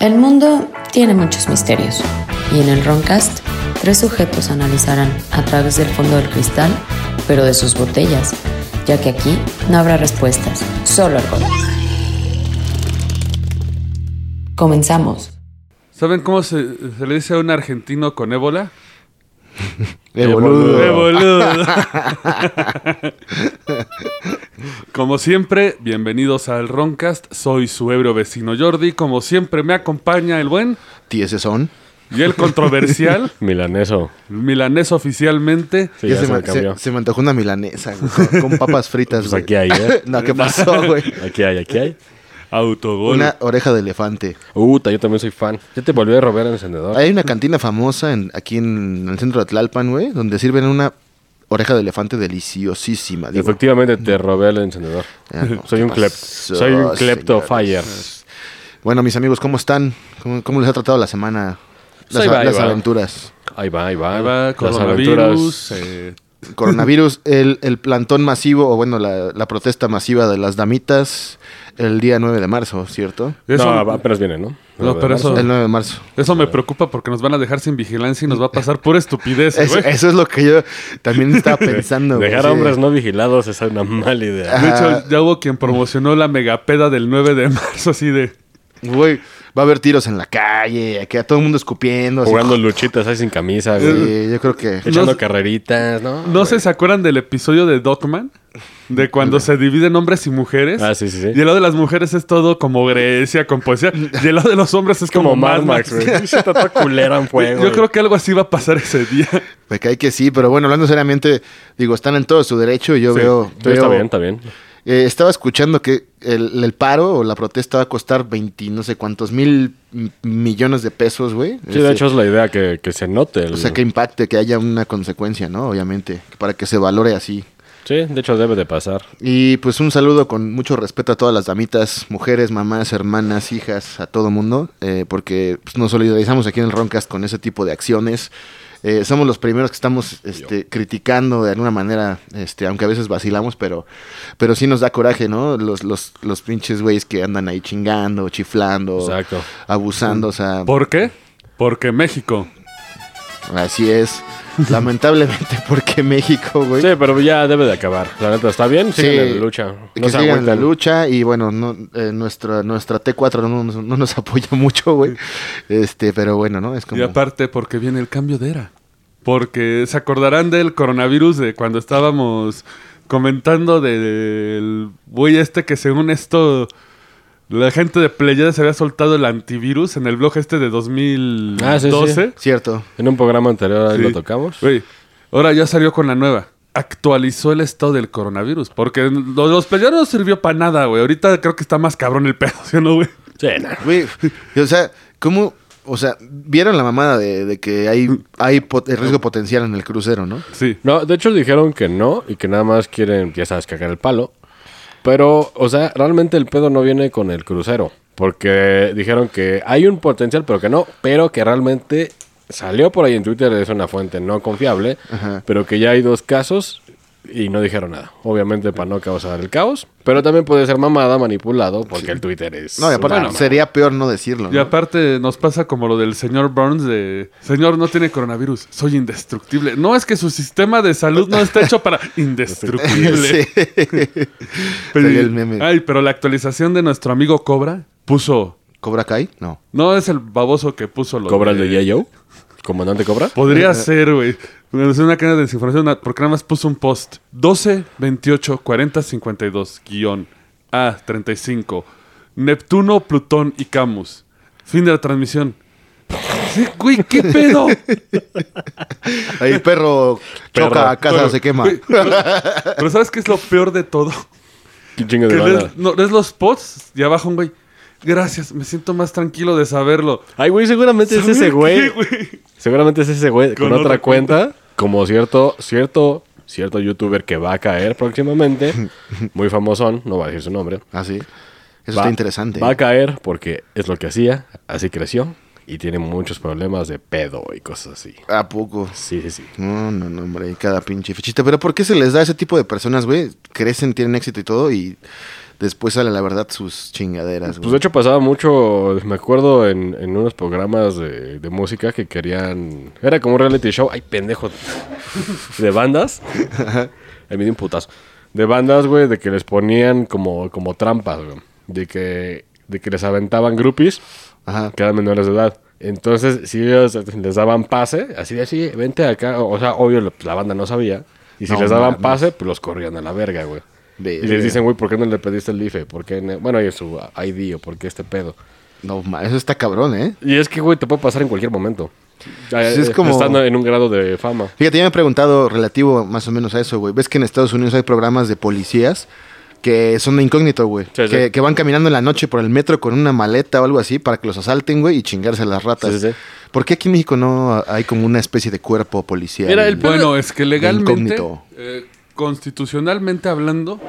El mundo tiene muchos misterios y en el Roncast tres sujetos analizarán a través del fondo del cristal, pero de sus botellas, ya que aquí no habrá respuestas, solo alcohol. Comenzamos. ¿Saben cómo se, se le dice a un argentino con ébola? De boludo. ¡Eh, boludo! como siempre, bienvenidos al Roncast. Soy su ebro vecino Jordi. Como siempre, me acompaña el buen Tieses son. y el controversial, Milaneso. milanés oficialmente. Sí, Ya ya, se, se, me, cambió. se- se me antojó una milanesa güey, con, con papas fritas, Pues güey. aquí hay, ¿eh? No, ¿qué pasó, güey? Aquí hay, aquí hay. Autogol. Una oreja de elefante. Uta, yo también soy fan. Ya te volví a robar el encendedor. Hay una cantina famosa en- aquí en el centro de Tlalpan, güey, donde sirven una oreja de elefante deliciosísima. digo. Efectivamente, te robé el encendedor. Ah, no, soy ¿qué un clep. pasó, Soy un señores? cleptofire. Bueno, mis amigos, ¿cómo están? ¿Cómo, cómo les ha tratado la semana? Las, Ahí va, ahí las va. aventuras. Ahí va, ahí va. Ahí va, Las coronavirus. aventuras. eh, Coronavirus, el, el plantón masivo, o bueno, la, la protesta masiva de las damitas el día 9 de marzo, ¿cierto? eso, No, apenas viene, ¿no? No, pero eso- El 9 de marzo. eso me preocupa porque nos van a dejar sin vigilancia y nos va a pasar pura estupidez, Eso, güey. eso es lo que yo también estaba pensando. güey, Dejar sí. Ah, a hombres no vigilados es una mala idea. De Ajá. hecho, ya hubo quien promocionó la megapeda del 9 de marzo, así de... Güey, va a haber tiros en la calle, aquí a todo el mundo escupiendo. así. Jugando luchitas ahí sin camisa, güey. Sí, yo creo que... Echando No- carreritas, ¿no? No sé si se acuerdan del episodio de Dogman, de cuando se dividen hombres y mujeres. Ah, sí, sí, sí. Y el lado de las mujeres es todo como Grecia, con poesía. Y el lado de los hombres es como, Como Mad Max, güey. Se trata culera en fuego. Yo creo que algo así va a pasar ese día. Me cae que sí, pero bueno, hablando seriamente, digo, están en todo su derecho y yo veo... veo- Está bien, está bien. Eh, estaba escuchando que el, el paro o la protesta va a costar 20, no sé cuántos mil m- millones de pesos, güey. Sí, de Este, hecho es la idea que, que se note. el- O sea, que impacte, que haya una consecuencia, ¿no? Obviamente, para que se valore así. Sí, de hecho debe de pasar. Y pues un saludo con mucho respeto a todas las damitas, mujeres, mamás, hermanas, hijas, a todo mundo, eh, porque pues, nos solidarizamos aquí en el Roncast con ese tipo de acciones. Eh, somos los primeros que estamos este, criticando de alguna manera, este, aunque a veces vacilamos, pero, pero sí nos da coraje, ¿no? Los, los, los pinches güeyes que andan ahí chingando, chiflando, Exacto. abusando, o sea, ¿Por qué? Porque México. así es. Lamentablemente, porque México, güey. Sí, pero ya debe de acabar. La neta, está bien, sigan en la lucha. Que No se sigan en la agüiten. lucha y bueno, no, eh, nuestra, nuestra T4 no, nos- no nos apoya mucho, güey. Este, pero bueno, ¿no? Es como... Y aparte, porque viene el cambio de era. Porque se acordarán del coronavirus de cuando estábamos comentando de- del güey este que según esto... La gente de Playada se había soltado el antivirus en el blog este de 2012. Ah, sí, sí. Cierto. En un programa anterior ahí Sí. lo tocamos. Güey, ahora ya salió con la nueva. Actualizó el estado del coronavirus. Porque lo de los playeros no sirvió para nada, güey. Ahorita creo que está más cabrón el pedo, ¿sí o no, güey? Sí, nah. Güey, y, o sea, ¿cómo...? O sea, vieron la mamada de, de que hay, hay pot- el riesgo potencial en el crucero, ¿no? Sí. No, de hecho dijeron que no y que nada más quieren, ya sabes, cagar el palo. Pero, o sea, realmente el pedo no viene con el crucero. Porque dijeron que hay un potencial, pero que no. Pero que realmente salió por ahí en Twitter, es una fuente no confiable. Ajá. Pero que ya hay dos casos y no dijeron nada. Obviamente para no causar el caos. Pero también puede ser mamada, manipulado, porque el Twitter es... No, y aparte Bueno, sería peor no decirlo, Y ¿no? aparte nos pasa como lo del señor Burns de... Señor, no tiene coronavirus. Soy indestructible. No, es que su sistema de salud no está hecho para indestructible. Sí. Pero- Sería el meme. Ay, pero la actualización de nuestro amigo Cobra puso... ¿Cobra Kai? No. No es el baboso que puso lo ¿Cobra el de- de G.I. Joe? ¿Comandante Cobra? Eh, Podría ser, güey. Bueno, Es una cadena de desinformación na- porque nada más puso un post. 12, 28, 40, 52, guión A, 35. Neptuno, Plutón y Camus. Fin de la transmisión. Sí, Güey, ¿qué pedo? Ahí perro choca, casa Bueno, se quema. güey, pero, pero ¿sabes qué es lo peor de todo? ¿Qué chingo Que de banda? lees, no, lees los posts y abajo un güey. Gracias, me siento más tranquilo de saberlo. Ay, güey, seguramente es ese ¿Sabes güey. qué, güey? Seguramente es ese güey Con con, otra otra cuenta, Como cierto, cierto, cierto youtuber que va a caer próximamente. Muy famosón, no va a decir su nombre. Ah, sí. Eso Va- está interesante. ¿eh? Va a caer porque es lo que hacía, así creció. y tiene muchos problemas de pedo y cosas así. ¿A poco? Sí, sí, sí. No, no, no, hombre, y cada pinche fichita. Pero ¿por qué se les da a ese tipo de personas, güey? Crecen, tienen éxito y todo y después sale la verdad sus chingaderas, Pues de güey. hecho pasaba mucho, me acuerdo en, en unos programas de, de música que querían, era como un reality show, ay pendejo, de bandas, ahí me dio un putazo, de bandas, güey, de que les ponían como, como trampas, güey, de que, de que les aventaban groupies Ajá. que eran menores de edad. Entonces, si ellos les daban pase, así de así, vente acá, o sea, obvio, la- la banda no sabía. Y si No les daban mames. pase, pues los corrían a la verga, güey. Y Verga. les dicen, güey, ¿por qué no le pediste el IFE? ¿Por qué no? Bueno, y su ID o por qué este pedo. No, ma, eso está cabrón, ¿eh? Y es que, güey, te puede pasar en cualquier momento. Sí, es Eh, como- Estando en un grado de fama. Fíjate, ya me he preguntado relativo más o menos a eso, güey. Ves que en Estados Unidos hay programas de policías que son de incógnito, güey. Sí, sí. que, que van caminando en la noche por el metro con una maleta o algo así para que los asalten, güey, y chingarse a las ratas. Sí, sí, sí. ¿Por qué aquí en México no hay como una especie de cuerpo policial? Mira, el- Bueno, es que legalmente, incógnito. eh, constitucionalmente hablando,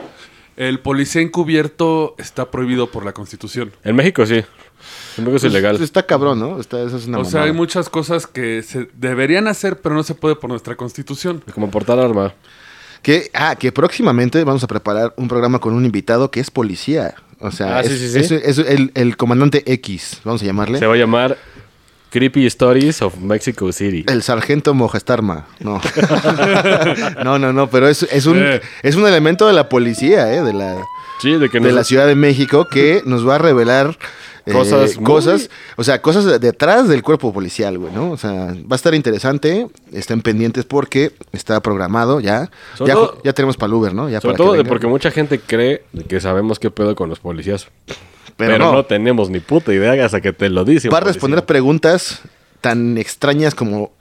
el policía encubierto está prohibido por la constitución. En México sí. En Pues, México es ilegal. Está cabrón, ¿no? Está, eso es una o sea, hay mamada. muchas cosas que se deberían hacer, pero no se puede por nuestra constitución. Como portar arma. Que, ah, que próximamente vamos a preparar un programa con un invitado que es policía. O sea, Ah, es, sí, sí, sí. es- es el, el comandante X, vamos a llamarle. Se va a llamar Creepy Stories of Mexico City. El sargento Mojestarma. No. no, no, no, pero es, es, un, Eh. es un elemento de la policía, ¿eh? De la, Sí, de que de nos- la Ciudad de México que nos va a revelar. eh, Cosas muy- cosas, o sea, cosas de- detrás del cuerpo policial, güey, ¿no? O sea, va a estar interesante, estén pendientes porque está programado ya. Sobre Ya, todo- ya tenemos para el Uber, ¿no? Ya para Sobre que todo de vengan. porque mucha gente cree que sabemos qué pedo con los policías. Pero, Pero no. no. tenemos ni puta idea hasta que te lo dicen. Va a policía. responder preguntas tan extrañas como.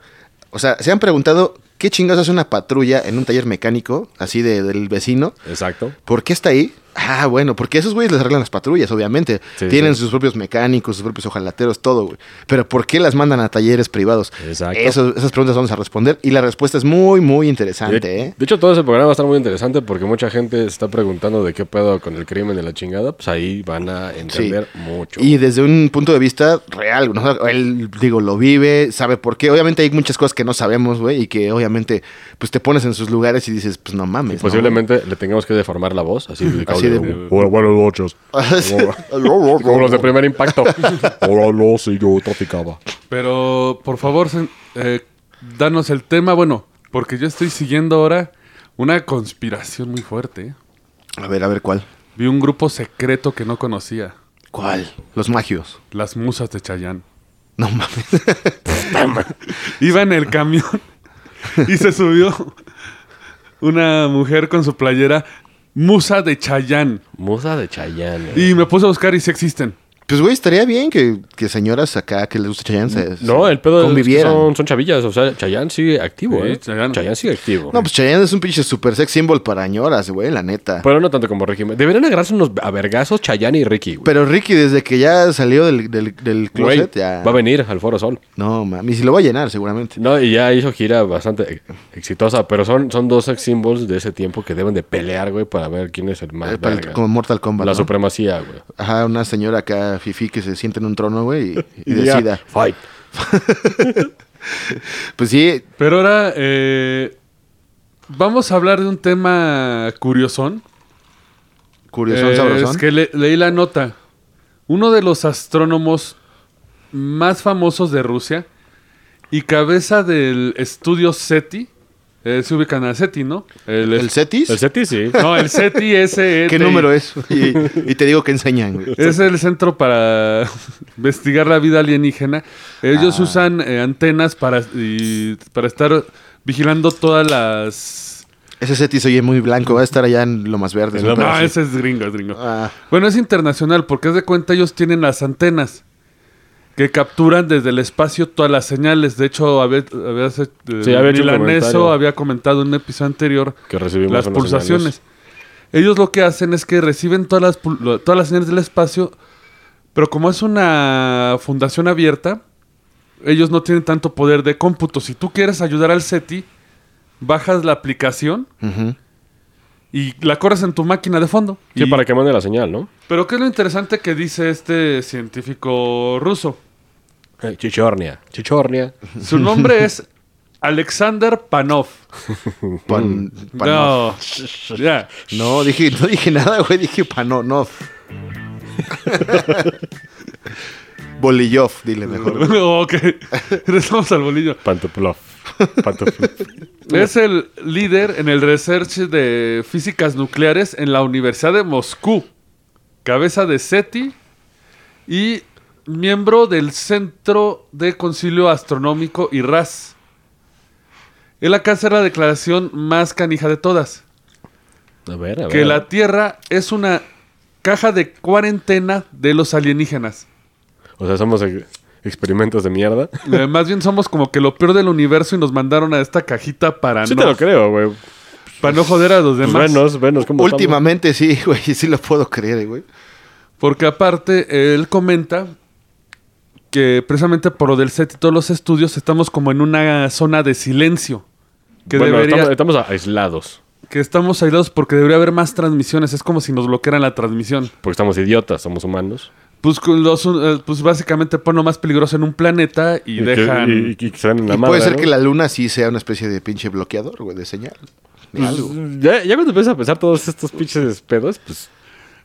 O sea, se han preguntado qué chingados hace una patrulla en un taller mecánico, así de- del vecino. Exacto. ¿Por qué está ahí? Ah, bueno, porque esos güeyes les arreglan las patrullas, obviamente. Sí, Tienen sí. sus propios mecánicos, sus propios ojalateros, todo, güey. Pero ¿por qué las mandan a talleres privados? Exacto. Eso- esas preguntas vamos a responder y la respuesta es muy, muy De, interesante, ¿eh? de hecho, todo ese programa va a estar muy interesante porque mucha gente se está preguntando de qué pedo con el crimen de la chingada. Pues ahí van a entender mucho. Y desde un punto de vista real, ¿no? él, digo, lo vive, sabe por qué. Obviamente hay muchas cosas que no sabemos, güey, y que obviamente, pues te pones en sus lugares y dices, pues no mames. Y ¿no? posiblemente le tengamos que deformar la voz. Así de. Así de- Hola, buenas noches. Como los de primer impacto. Ahora no, si yo traficaba. Pero, por favor, sen- eh, danos el tema. Bueno, porque yo estoy siguiendo ahora una conspiración muy fuerte. ¿eh? A ver, a ver, ¿cuál? Vi un grupo secreto que no conocía. ¿Cuál? Los magios. Las musas de Chayán. No mames. Iba en el camión y se subió una mujer con su playera Musa de Chayán. Musa de Chayanne. Y me puse a buscar y si existen. Pues, güey, estaría bien que, que señoras acá que les gusta Chayanne se- No, se el pedo es que convivieran. son, son chavillas. O sea, Chayanne sigue activo, Sí, ¿eh? Chayanne. Chayanne sigue activo. No, pues Chayanne es un pinche super sex symbol para ñoras, güey, la neta. Pero no tanto como Ricky. Deberían agarrarse unos a vergazos Chayanne y Ricky, güey. Pero Ricky, desde que ya salió del, del, del Güey, closet, ya... va a venir al Foro Sol. No, mami, si lo va a llenar seguramente. No, y ya hizo gira bastante e- exitosa, pero son, son dos sex symbols de ese tiempo que deben de pelear, güey, para ver quién es el más Eh, para el- verga. como Mortal Kombat. La ¿no? supremacía, güey. Ajá, una señora acá, fifi, que se siente en un trono, güey, y, y ya, decida. Fight. Pues sí, Pero ahora eh, vamos a hablar de un tema curiosón. curioso, Eh, sabrosón. Es que le- leí la nota. Uno de los astrónomos más famosos de Rusia y cabeza del estudio SETI. eh, se ubican al SETI, ¿no? ¿El Cetis? El SETI, sí. No, el SETI E ese. ¿Qué número es? Y, y te digo que enseñan, güey. Es el centro para investigar la vida alienígena. Ellos Ah. usan eh, antenas para, y- para estar vigilando todas las... Ese Cetis oye muy blanco, va a estar allá en lo más verde. ¿no? Pero No, sí. ese es gringo, es gringo. Ah, Bueno, es internacional porque haz de cuenta ellos tienen las antenas que capturan desde el espacio todas las señales. De hecho, había, había, eh, Sí, había hecho un Milaneso comentario. había comentado en un episodio anterior Que recibimos las unas pulsaciones. señales. Ellos lo que hacen es que reciben todas las, pul- lo- todas las señales del espacio, pero como es una fundación abierta, ellos no tienen tanto poder de cómputo. Si tú quieres ayudar al SETI, bajas la aplicación ujú. y la corres en tu máquina de fondo. Sí, Y- para que mande la señal, ¿no? pero ¿qué es lo interesante que dice este científico ruso? Eh, Chichornia. Chichornia. Su nombre es Alexander Panov. Pan- pan- no. No. Ya. dije, no dije nada, güey. Dije Panonov. Bolillov, dile mejor. güey. ok. Regresamos al bolillo. Pantoplof. Es el líder en el research de físicas nucleares en la Universidad de Moscú, cabeza de SETI y miembro del Centro de Concilio Astronómico IRAS. Él acá hace la declaración más canija de todas, A ver, a ver. que la Tierra es una caja de cuarentena de los alienígenas. O sea, somos ex- experimentos de mierda. Eh, más bien somos como que lo peor del universo y nos mandaron a esta cajita para, Sí te Ah, no, lo creo, güey. para no joder a los Pues demás. venos, venos cómo estamos. Últimamente sí, güey. Sí lo puedo creer, güey. Porque aparte, él comenta que precisamente por lo del set y todos los estudios estamos como en una zona de silencio. Que, Bueno, debería, estamos, estamos a- aislados. que estamos aislados porque debería haber más transmisiones. Es como si nos bloquearan la transmisión. Porque estamos idiotas, somos humanos. Pues, con los, eh, pues básicamente pone más peligroso en un planeta y, que- dejan... y- y que se dan en la Y madre, puede ser ¿no? que la luna sí sea una especie de pinche bloqueador, güey, de señal. de Pues, algo. ya, ya cuando empiezas a pensar todos estos pinches pedos, pues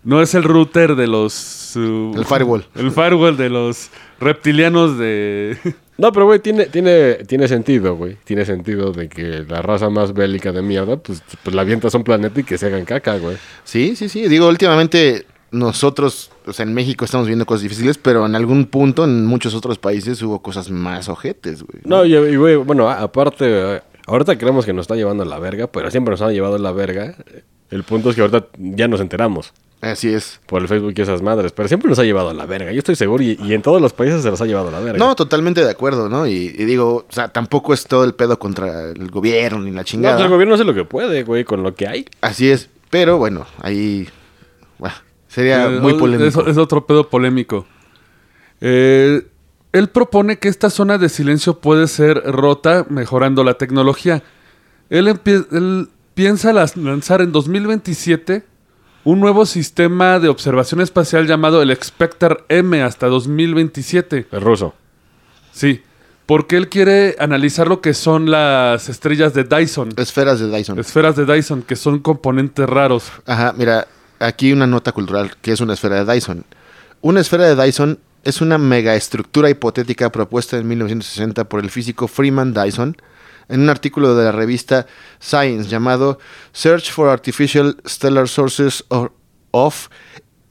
No es el router de los... uh, El firewall. El firewall de los reptilianos de... No, pero güey, tiene, tiene, tiene sentido, güey. Tiene sentido de que la raza más bélica de mierda, pues, pues la avientas a un planeta y que se hagan caca, güey. Sí, sí, sí. Digo, últimamente nosotros, o sea, en México estamos viendo cosas difíciles, pero en algún punto, en muchos otros países, hubo cosas más ojetes, güey. No, y, y, güey, bueno, a- aparte, eh, ahorita creemos que nos está llevando a la verga, pero siempre nos han llevado a la verga. El punto es que ahorita ya nos enteramos Así es. por el Facebook y esas madres, pero siempre nos ha llevado a la verga. Yo estoy seguro y, y en todos los países se nos ha llevado a la verga. No, totalmente de acuerdo, ¿no? Y, y digo, o sea, tampoco es todo el pedo contra el gobierno ni la No, pues, chingada. el gobierno hace lo que puede, güey, con lo que hay. Así es. Pero bueno, ahí. bueno, sería muy Es- polémico. Eh, Es, es otro pedo polémico. Eh, él propone que esta zona de silencio puede ser rota mejorando la tecnología. Él, empie- él piensa las- lanzar en 2027 un nuevo sistema de observación espacial llamado el Spectre M hasta 2027. El ruso. Sí, porque él quiere analizar lo que son las estrellas de Dyson, Esferas de Dyson. esferas de Dyson, que son componentes raros. Ajá, mira, aquí una nota cultural, que es una esfera de Dyson. Una esfera de Dyson es una megaestructura hipotética propuesta en 1960 por el físico Freeman Dyson en un artículo de la revista Science llamado Search for Artificial Stellar Sources or- of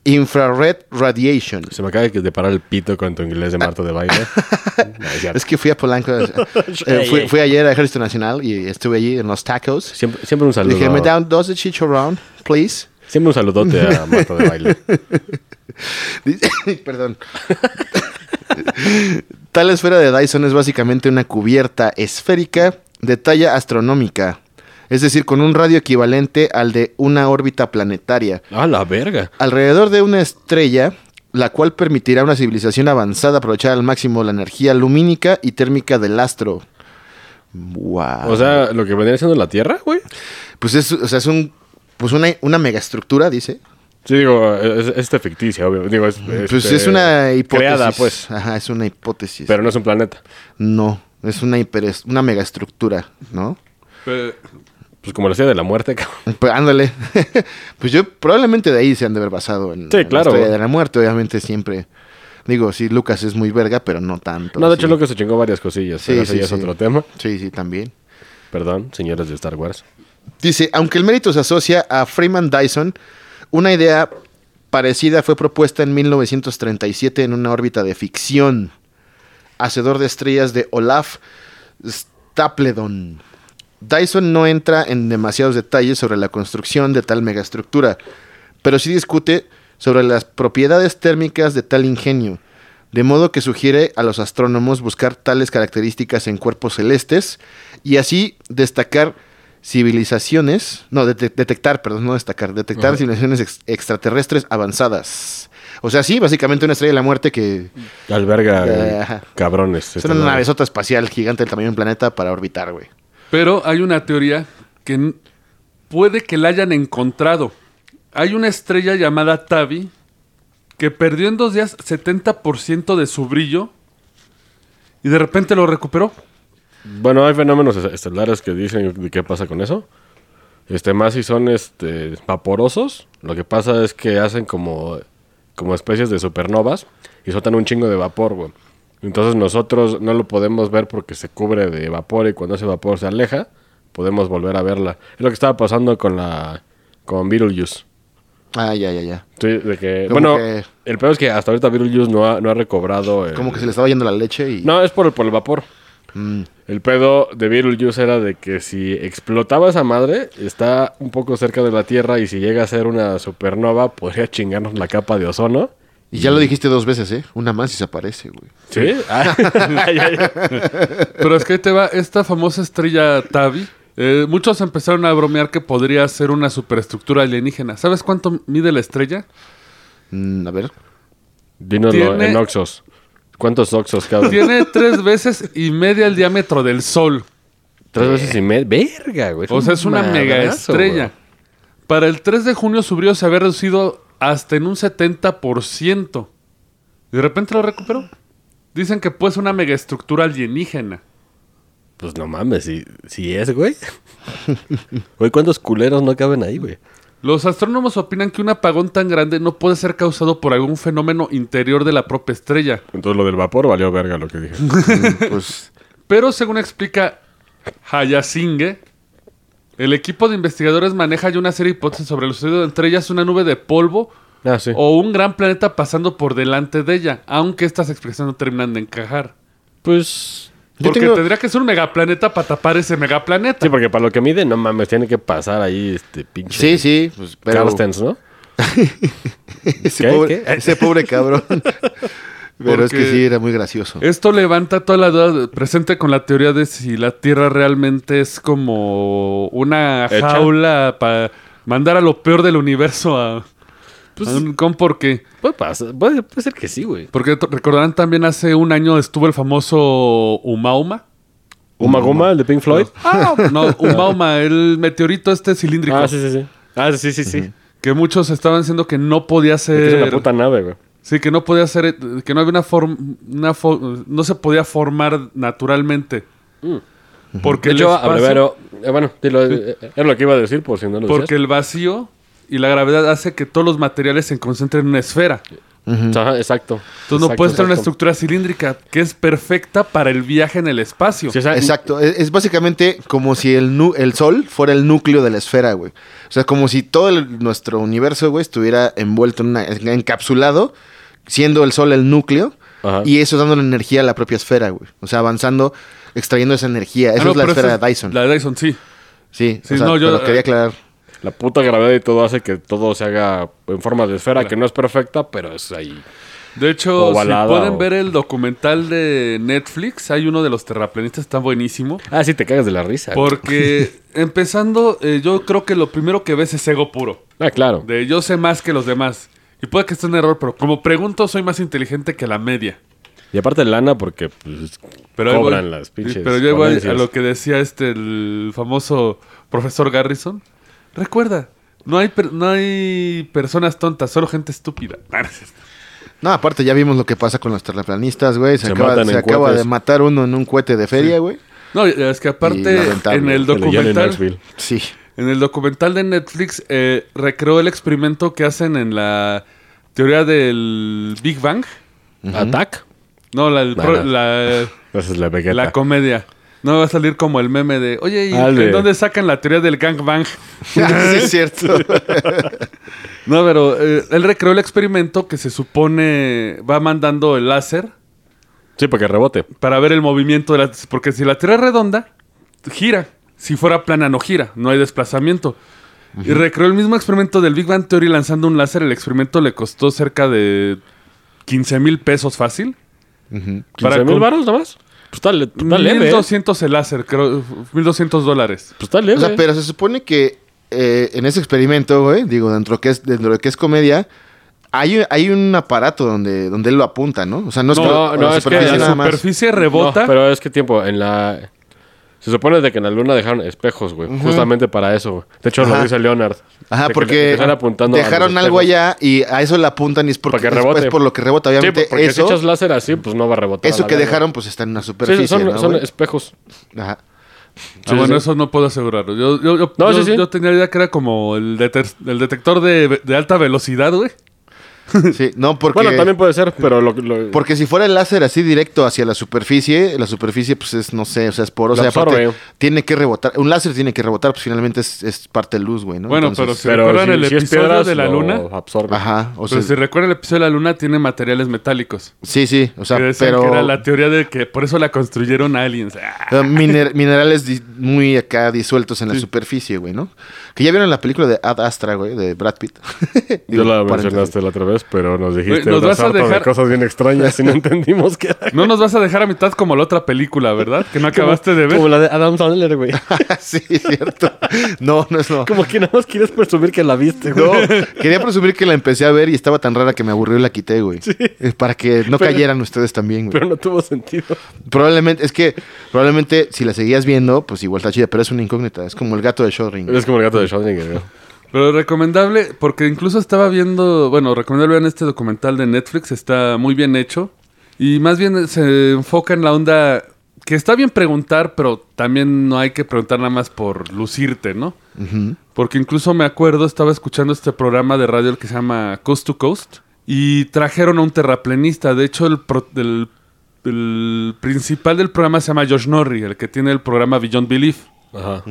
Infrared Radiation. Se me acaba de parar el pito con tu inglés de Marta de baile. No, es cierto. Es que fui a Polanco, eh, fui, fui ayer a Ejército Nacional y estuve allí en los tacos. Siempre, siempre un saludo. Dije, me dan dos de chicharrón, please. Siempre un saludote a Marta de baile. Perdón. Tal esfera de Dyson es básicamente una cubierta esférica de talla astronómica, es decir, con un radio equivalente al de una órbita planetaria, A la verga. alrededor de una estrella, la cual permitirá a una civilización avanzada aprovechar al máximo la energía lumínica y térmica del astro. Wow. O sea, lo que vendría siendo la Tierra, güey. pues es, o sea, es un, pues una, una megaestructura, dice. Sí, digo, es, este ficticia, obvio. Digo, es, Pues este, es una hipótesis. Creada, pues. Ajá, es una hipótesis. Pero no es un planeta. No, es una hiper, una megaestructura, ¿no? Eh, Pues como la ciudad de la muerte, cabrón. Pues, ándale. pues yo probablemente de ahí se han de haber basado en, Sí, en claro. la historia de la muerte, obviamente siempre. Digo, sí, Lucas es muy verga, pero no tanto. No, de Sí. hecho, lo que se chingó varias cosillas. Sí, pero eso sí, ya es sí. otro tema. Sí, sí, también. Perdón, señores de Star Wars. Dice, aunque el mérito se asocia a Freeman Dyson, una idea parecida fue propuesta en 1937 en una órbita de ficción. Hacedor de estrellas de Olaf Stapledon. Dyson no entra en demasiados detalles sobre la construcción de tal megaestructura, pero sí discute sobre las propiedades térmicas de tal ingenio, de modo que sugiere a los astrónomos buscar tales características en cuerpos celestes y así destacar civilizaciones, no, dete- detectar, perdón, no destacar, detectar civilizaciones ex- extraterrestres avanzadas. O sea, sí, básicamente una estrella de la muerte que Alberga Ya, ajá. cabrones. es una navezota espacial gigante del tamaño de un planeta para orbitar, güey. Pero hay una teoría que n- puede que la hayan encontrado. Hay una estrella llamada Tabi que perdió en dos días 70% de su brillo y de repente lo recuperó. Bueno, hay fenómenos est- estelares que dicen de qué pasa con eso. Este, más si son este, vaporosos, lo que pasa es que hacen como, como especies de supernovas y soltan un chingo de vapor, güey. Entonces nosotros no lo podemos ver porque se cubre de vapor y cuando ese vapor se aleja, podemos volver a verla. Es lo que estaba pasando con la con Beetlejuice. Ah, ya, ya, ya. Sí, de que, Como bueno, que- el peor es que hasta ahorita Beetlejuice no ha, no ha recobrado... el- Como que se le estaba yendo la leche y... no, es por el, por el vapor. Mm. El pedo de Beetlejuice era de que si explotaba esa madre, está un poco cerca de la Tierra y si llega a ser una supernova, podría chingarnos la capa de ozono. Y ya lo dijiste dos veces, ¿eh? Una más y se aparece, güey. ¿Sí? Ah, ya, ya. Pero es que ahí te va esta famosa estrella Tabi. eh, muchos empezaron a bromear que podría ser una superestructura alienígena. ¿Sabes cuánto mide la estrella? Mm, a ver. Dínoslo Tiene- en oxos. ¿Cuántos oxos caben? Tiene tres veces y media el diámetro del Sol. Tres veces y media. Verga, güey. O sea, es una madrazo, mega estrella. güey. Para el 3 de junio su brillo se había reducido hasta en un 70%. Y de repente lo recuperó. Dicen que pues una megaestructura alienígena. Pues no mames, si, si es, güey. Güey, ¿cuántos culeros no caben ahí, güey? Los astrónomos opinan que un apagón tan grande no puede ser causado por algún fenómeno interior de la propia estrella. Entonces lo del vapor valió verga lo que dije. Mm, pues... Pero según explica Hayasinge, el equipo de investigadores maneja ya una serie de hipótesis sobre lo sucedido, entre ellas una nube de polvo Ah, sí. o un gran planeta pasando por delante de ella, aunque estas expresiones no terminan de encajar. Pues Yo Porque tengo- tendría que ser un megaplaneta para tapar ese megaplaneta. Sí, porque para lo que mide, no mames, tiene que pasar ahí este pinche. Sí, sí. Pues, pero... Carstens, ¿no? ese, ¿Qué? Pobre, ¿Qué? ese pobre cabrón. Pero es que Porque- Eh, sí, era muy gracioso. Esto levanta toda la duda de- presente con la teoría de si la Tierra realmente es como una Hecha. jaula para mandar a lo peor del universo a, Pues a un con porque Puede, pasar, puede, puede ser que sí, güey. porque t- recordarán también hace un año estuvo el famoso Umauma. ¿Uma Goma, el de Pink Floyd? Ah, no, Umauma, el meteorito este cilíndrico Ah, sí, sí, sí. Ah, sí, sí, sí. que muchos estaban diciendo que no podía Que Es ser una puta nave, güey. Sí, que no podía ser, eh, que no había una forma, no se podía formar naturalmente. Mm. Porque, De el hecho, espacio- abrevero. eh, bueno, dilo, eh, eh, era lo que iba a decir, por si no lo porque decías. el vacío y la gravedad hace que todos los materiales se concentren en una esfera. Entonces Ajá, exacto. no puedes tener una exacto. estructura cilíndrica que es perfecta para el viaje en el espacio. Sí, o sea, Exacto, es, es básicamente como si el, nu- el Sol fuera el núcleo de la esfera, güey. O sea, como si todo el- nuestro universo, güey, estuviera envuelto en una, encapsulado, siendo el Sol el núcleo, Ajá. y eso dándole energía a la propia esfera, güey. O sea, avanzando, extrayendo esa energía. Esa Ah, no, es la pero esfera esa de es Dyson. La de Dyson, sí. Sí, Sí, o sea, no, yo- pero quería aclarar. La puta gravedad y todo hace que todo se haga en forma de esfera, que no es perfecta, pero es ahí. De hecho, Ovalada si pueden o- ver el documental de Netflix, hay uno de los terraplanistas, está buenísimo. Ah, sí, te cagas de la risa. güey. Porque empezando, eh, yo creo que lo primero que ves es ego puro. Ah, claro. De yo sé más que los demás. Y puede que esté en error, pero como pregunto, soy más inteligente que la media. Y aparte lana, porque pues, Pero ahí cobran voy- las pinches. Pero yo voy a ponencias. lo que decía este, el famoso profesor Garrison. Recuerda, no hay, per- no hay personas tontas, solo gente estúpida. No, aparte ya vimos lo que pasa con los terraplanistas, güey. Se, Se acaba, matan se en acaba cohetes. de matar uno en un cohete de feria, güey. No, es que Y aparte, lamentable, en el Que leían en documental... Knoxville. Sí. En el documental de Netflix eh, recreó el experimento que hacen en la teoría del Big Bang. ¿Attack? No, la, el No, pro- no. la- Esa es la Vegeta. la comedia. No va a salir como el meme de, oye, ¿y Ah, de- en dónde sacan la teoría del gangbang? sí, es cierto. No, pero eh, él recreó el experimento que se supone va mandando el láser sí, porque rebote. para ver el movimiento de la... Porque si la Tierra es redonda, gira. Si fuera plana, no gira. No hay desplazamiento. Y recreó el mismo experimento del Big Bang Theory lanzando un láser. El experimento le costó cerca de 15 mil pesos fácil. Para 15 mil com- varos nada más. Pues está, le- pues está leve. ¿eh? 1200 el láser, creo, 1200 dólares. Pues está leve. O sea, pero se supone que eh, en ese experimento, güey, digo, dentro que es, dentro de que es comedia, hay, hay un aparato donde, donde él lo apunta, ¿no? O sea, no es No, que no, a es que Que Sí, la nada más. Ah, superficie No, rebota. pero es que tiempo, en la... Se supone de que en la luna dejaron espejos, güey. Justamente para eso, güey. De hecho, Ajá. lo dice Leonard. Ajá, de que- de que porque están apuntando a los dejaron algo espejos. allá y a eso le apuntan y es porque Para que después rebote. por lo que rebota. Sí, pues, Obviamente porque si eso, echas láser así, pues no va a rebotar. a eso la que verga. dejaron pues está en una Sí, superficie, son, ¿no, son güey? espejos. Ajá. Ah, bueno, eso no puedo asegurarlo. Yo, yo, yo, No, yo- sí, sí. yo tenía idea que era como el, detec- el detector de, ve- de alta velocidad, güey. Sí, no, porque... Bueno, también puede ser, pero lo, lo- Porque si fuera el láser así directo hacia la superficie, la superficie pues es, no sé, o sea, es porosa. y La aparte, absorbe. tiene que rebotar. Un láser tiene que rebotar, pues finalmente es, es parte de luz, güey, ¿no? Bueno, Entonces- ¿Se pero acuerdan si, el si es episodio piedras, de la lo luna? absorbe. Ajá, o sea, Pero si recuerdan el episodio de la luna, tiene materiales metálicos. sí, sí, o sea, que decían pero... que era la teoría de que por eso la construyeron aliens. Ah, pero eh, miner- minerales di- muy acá disueltos en la superficie, güey, ¿no? Que ya vieron la película de Ad Astra, güey, de Brad Pitt. Yo Digo, la paréntesis. mencionaste la otra vez, pero nos dijiste Güey, nos una vas a sarta de dejar- cosas bien extrañas y no entendimos qué era. No nos vas a dejar a mitad como la otra película, ¿verdad? Que no acabaste de ver. Como la de Adam Sandler, güey. sí, es cierto. No, no es no. Como que nada más quieres presumir que la viste, güey. No, quería presumir que la empecé a ver y estaba tan rara que me aburrió y la quité, güey. Eh, Para que no Pero- cayeran ustedes también, güey. Pero no tuvo sentido. Probablemente, es que probablemente si la seguías viendo, pues igual está chida, pero es una incógnita. Es como el gato de Schrödinger. Es como el gato de Schrödinger, güey. Pero recomendable, porque incluso estaba viendo, bueno, recomendable en este documental de Netflix, está muy bien hecho. Y más bien se enfoca en la onda que está bien preguntar, pero también no hay que preguntar nada más por lucirte, ¿no? Porque incluso me acuerdo, estaba escuchando este programa de radio que se llama Coast to Coast y trajeron a un terraplenista. De hecho, el, pro- el- el principal del programa se llama Josh Norrie, el que tiene el programa Beyond Belief. Ajá.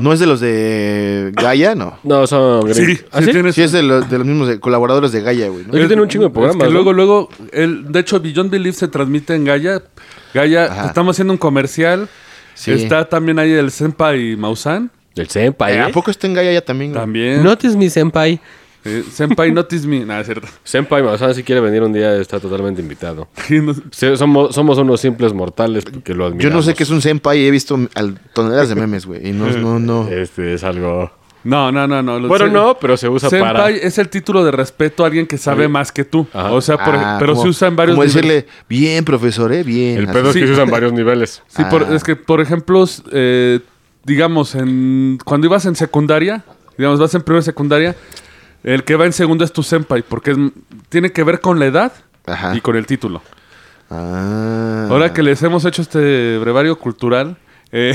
¿No es de los de Gaia? No. No, son Sí, gringos. sí, ¿Ah, sí? tiene Sí, es de los, de los mismos de- colaboradores de Gaia, güey. ¿no? Es que tiene un chingo de programas, que ¿no? Luego, luego, el, de hecho, Beyond Belief se transmite en Gaia. Gaia, Ajá. estamos haciendo un comercial. Sí. Está también ahí el Senpai Mausan. El Eh, senpai, ¿A poco está en Gaia ya también? güey? También. Notice mi senpai. Eh, senpai Notice Me. Nada, es cierto. Senpai Maussan, si quiere venir un día, está totalmente invitado. Sí, no sé. Sí, somos, somos unos simples mortales que lo Yo admiramos. no sé qué es un senpai y he visto al- toneladas de memes, güey. Y no, no, no. Este es algo... No, no, no, no. Lo Bueno, sé. no, pero se usa senpai para... es el título de respeto a alguien que sabe Oye. más que tú. Ajá. O sea, por- Ah, pero como- se usa en varios Como niveles. decirle, bien, profesor, ¿eh? Bien. El así. pedo es que Sí. se usan varios niveles. Sí, Ah. por- es que, por ejemplo, s- eh, digamos, en, cuando ibas en secundaria, digamos, vas en primera secundaria, el que va en segundo es tu senpai, porque es- tiene que ver con la edad Ajá. y con el título. Ah. Ahora que les hemos hecho este brevario cultural, eh,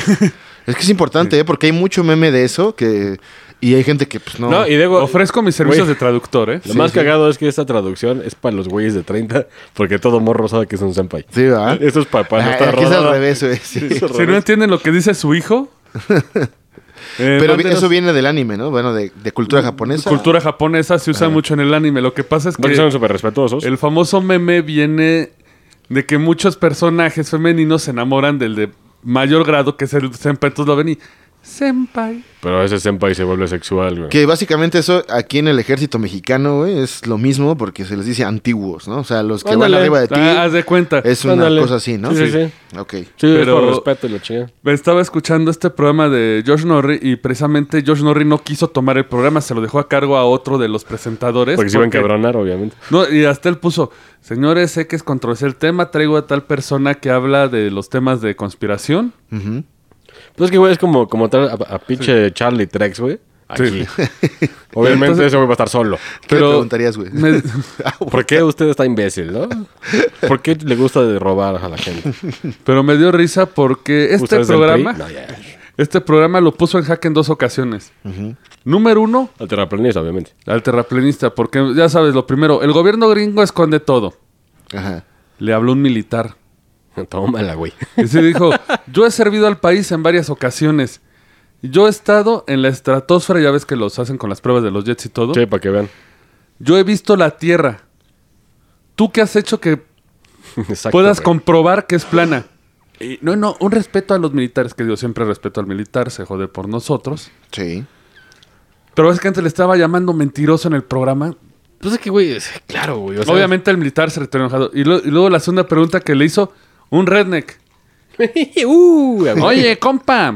Es que es importante, ¿eh? Porque hay mucho meme de eso que... Y hay gente que, pues, no... No, y Diego... ofrezco mis servicios Güey. de traductor, ¿eh? Lo más cagado es que esta traducción es para los güeyes de 30, porque todo morro sabe que es un senpai. Sí, ¿verdad? Esto es para, para Ah, nuestra aquí es al rodada. revés, güey. sí. Es al Si no revés. entienden lo que dice su hijo, eh, Pero vi- mándenos- eso viene del anime, ¿no? Bueno, de, de cultura japonesa. Mm, Cultura japonesa se usa mucho en el anime. Lo que pasa es que... Porque son súper respetuosos. El famoso meme viene de que muchos personajes femeninos se enamoran del de mayor grado, que es el senpai. Entonces lo ven y... Senpai. Pero ese senpai se vuelve sexual, güey. Que básicamente eso aquí en el ejército mexicano, güey, es lo mismo porque se les dice antiguos, ¿no? O sea, los que Ándale. van arriba de ti Ah, haz de cuenta. es una ándale. cosa así, ¿no? Sí, sí, sí. Ok. Sí, Pero- es por respeto y lo chingan. Estaba escuchando este programa de Josh Norrie y precisamente Josh Norrie no quiso tomar el programa, se lo dejó a cargo a otro de los presentadores. Porque se iban a cabronar, obviamente. No, y hasta él puso, señores, sé que es controversial el tema, traigo a tal persona que habla de los temas de conspiración. Ujú. Pues es que, güey, es como, como traer a, a pinche Charlie Trex, güey. Aquí. Obviamente Entonces- ese güey va a estar solo. ¿Qué le preguntarías, güey? Ah, me- ¿Por qué usted está imbécil, no? ¿Por qué le gusta de robar a la gente? pero me dio risa porque ¿Usted este es del programa... PRI? No, ya. Este programa lo puso en jaque en dos ocasiones. Número uno, Al terraplanista, obviamente. al terraplenista, porque ya sabes, lo primero, el gobierno gringo esconde todo. Ajá. Le habló un militar. Tómala, güey. Y se dijo, yo he servido al país en varias ocasiones. Yo he estado en la estratosfera, ya ves que los hacen con las pruebas de los jets y todo. Sí, para que vean. Yo he visto la Tierra. ¿Tú qué has hecho que Exacto, puedas güey. comprobar que es plana? Y, no, no, un respeto a los militares, que yo siempre respeto al militar, se jode por nosotros. Sí. Pero es que antes le estaba llamando mentiroso en el programa. Pues es que, güey, Pues es- claro, güey. o sea- Obviamente el militar se retiró enojado. Y, lo- y luego la segunda pregunta que le hizo un redneck. uh, güey. Oye, compa.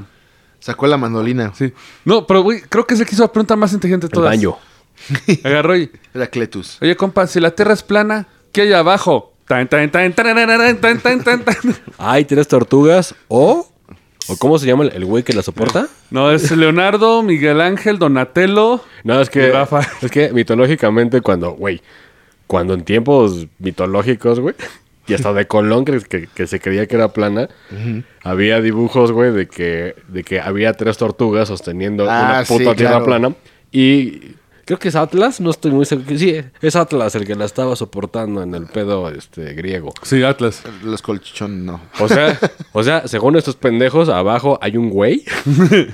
Sacó la mandolina. Sí. No, pero güey, creo que se quiso la pregunta más inteligente de el todas. baño. Agarró y, Era Cletus. oye, compa, si la tierra es plana, ¿qué hay abajo? Tan, tan, tan, tarararán, tan, tan, tan, tan. Hay tres tortugas o ¿O cómo se llama el- el güey que la soporta? No, es Leonardo, Miguel Ángel, Donatello. No, es y que. Rafa. Es que mitológicamente, cuando, güey, cuando en tiempos mitológicos, güey, y hasta de Colón, que, que- que se creía que era plana, había dibujos, güey, de que, de que había tres tortugas sosteniendo Ah, una puta sí, tierra claro. plana. Y creo que es Atlas, no estoy muy seguro. Sí, es Atlas el que la estaba soportando en el pedo este, griego. Sí, Atlas. Los colchón, no. O sea, o sea, según estos pendejos, abajo hay un güey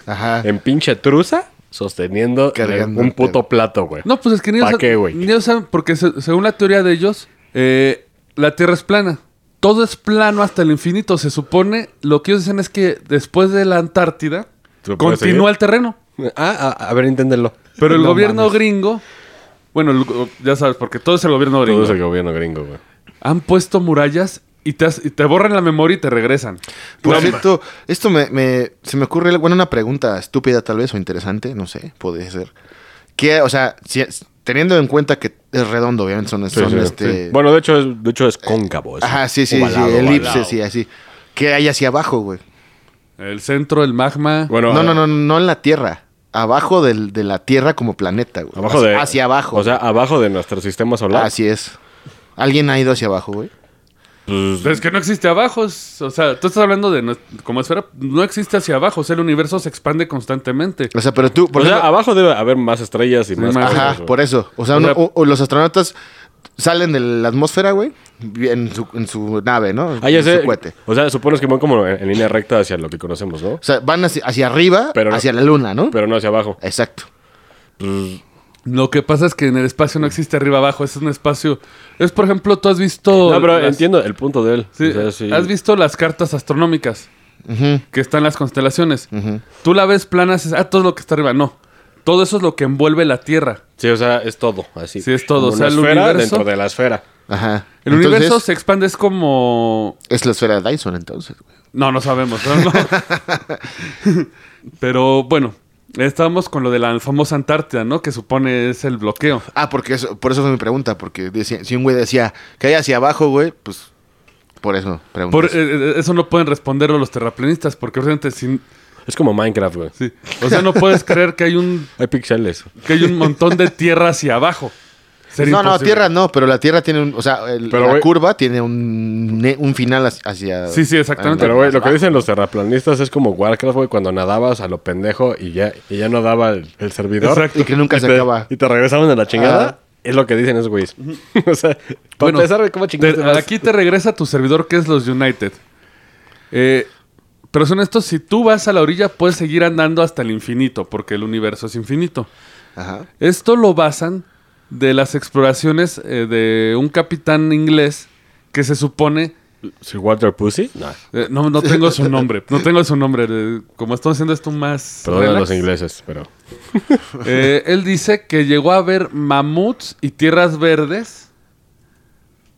Ajá. en pinche truza sosteniendo Cargando un el pedo. puto plato, güey. No, pues es que ni ¿Pa' ellos- qué, güey? ni ellos saben, porque se- según la teoría de ellos, eh, la Tierra es plana. Todo es plano hasta el infinito. Se supone, lo que ellos dicen es que después de la Antártida, ¿Se continúa puede seguir? el terreno. Ah, a, a ver, inténtenlo. Pero el No gobierno mames. gringo, bueno, el- ya sabes, porque todo es el gobierno Todo gringo. es el gobierno gringo, güey. Han puesto murallas y te, has- y te borran la memoria y te regresan. Por No, cierto, esto me, me- se me ocurre, bueno, una pregunta estúpida tal vez o interesante, no sé, puede ser. ¿Qué, o sea, si- teniendo en cuenta que es redondo, obviamente son, son, este... Bueno, de hecho es, de hecho es cóncavo. es ajá, sí, sí, ovalado, sí, elipses ovalado. y así. ¿Qué hay hacia abajo, güey? El centro, el magma. Bueno, No, no, no, no en la Tierra. Abajo del, de la Tierra como planeta, güey. Abajo hacia, de, hacia abajo. Ah, O sea, abajo de nuestro sistema solar. así es. ¿Alguien ha ido hacia abajo, güey? Pues, Pero es que no existe abajo. es- O sea, tú estás hablando de nues- como esfera. No existe hacia abajo. O sea, el universo se expande constantemente. O sea, pero tú... o por sea, ejemplo- abajo debe haber más estrellas y más. más- cosas, Ajá, güey. por eso. O sea, O uno- sea- o- o los astronautas salen de la atmósfera, güey, en su, en su nave, ¿no? Ah, ya en sé. su cohete. O sea, supones que van como en, en línea recta hacia lo que conocemos, ¿no? O sea, van hacia, hacia arriba, Pero no- hacia la luna, ¿no? Pero no hacia abajo. Exacto. Lo que pasa es que en el espacio no existe arriba abajo. Es un espacio. Es por ejemplo, tú has visto. No, pero las- entiendo el punto de él. sí, O sea, sí. Has visto las cartas astronómicas Ujú. que están en las constelaciones. Ujú. Tú la ves plana. dices, Ah, todo lo que está arriba. No. Todo eso es lo que envuelve la Tierra. Sí, o sea, es todo. Así. Sí, es todo, Como o sea, una el esfera universo- dentro de la esfera. Ajá. El Entonces, universo se expande. Es como. Es la esfera de Dyson, entonces, güey. No, no sabemos. ¿no? No. Pero bueno, estábamos con lo de la famosa Antártida, ¿no? Que supone es el bloqueo. Ah, porque eso, por eso fue mi pregunta, porque decía- si un güey decía que hay hacia abajo, güey, pues por eso pregunté. Por- eh, eso. eh, eso no pueden responderlo los terraplanistas, porque obviamente sin- Es como Minecraft, güey. sí. o sea, no puedes creer que hay un Hay pixeles. que hay un montón de tierra hacia abajo. Sería no, no, imposible. Tierra no, pero la Tierra tiene un, o sea, el- Pero, la güey- curva tiene un, ne- un final hacia- hacia... Sí, sí, exactamente. Pero, güey, lo que abajo. dicen los terraplanistas es como Warcraft, güey, cuando nadabas a lo pendejo y ya, y ya no daba el, el servidor. Exacto. Y que nunca Y se te- acaba. Y te regresaban a la chingada. Ajá. Es lo que dicen esos güeyes. o sea, para Bueno, empezar, güey, ¿cómo chingados de- te vas? aquí te regresa tu servidor que es los United. Eh, pero son estos, si tú vas a la orilla puedes seguir andando hasta el infinito, porque el universo es infinito. Ajá. Esto lo basan de las exploraciones eh, de un capitán inglés que se supone... ¿Sir Walter Pussy? No. eh, no, no tengo su nombre, no tengo su nombre. eh, como estamos haciendo esto más... Perdón a relax, los ingleses, pero... eh, él dice que llegó a ver mamuts y tierras verdes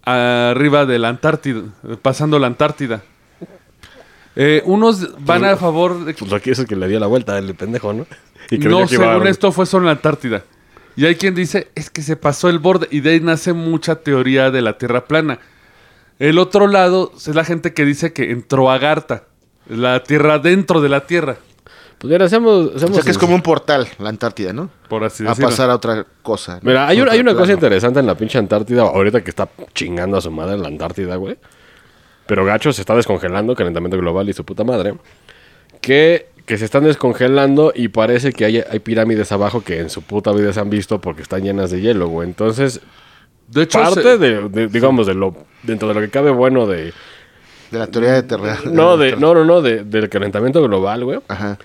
arriba de la Antártida, eh, pasando la Antártida. Eh, unos van a favor de... Pues lo que es que le dio la vuelta el pendejo, ¿no? Y creyó No, que iba a- según esto fue solo en la Antártida. Y hay quien dice, es que se pasó el borde. Y de ahí nace mucha teoría de la Tierra plana. El otro lado es la gente que dice que entró a Garta. La Tierra dentro de la Tierra, Pues mira, seamos... O seamos sea que es como un portal, la Antártida, ¿no? por así a decirlo. pasar a otra cosa. ¿no? Mira, hay, un- Otro hay una cosa plano. interesante en la pinche Antártida, ahorita que está chingando a su madre en la Antártida, güey. Pero gacho se está descongelando, calentamiento global y su puta madre. Que, que se están descongelando y parece que hay, hay pirámides abajo que en su puta vida se han visto porque están llenas de hielo, güey. Entonces, De hecho, parte se- de, de- digamos, de lo, dentro de lo que cabe bueno de... De la teoría de Terra. No, de, no, no, no, de- del calentamiento global, güey. Ajá.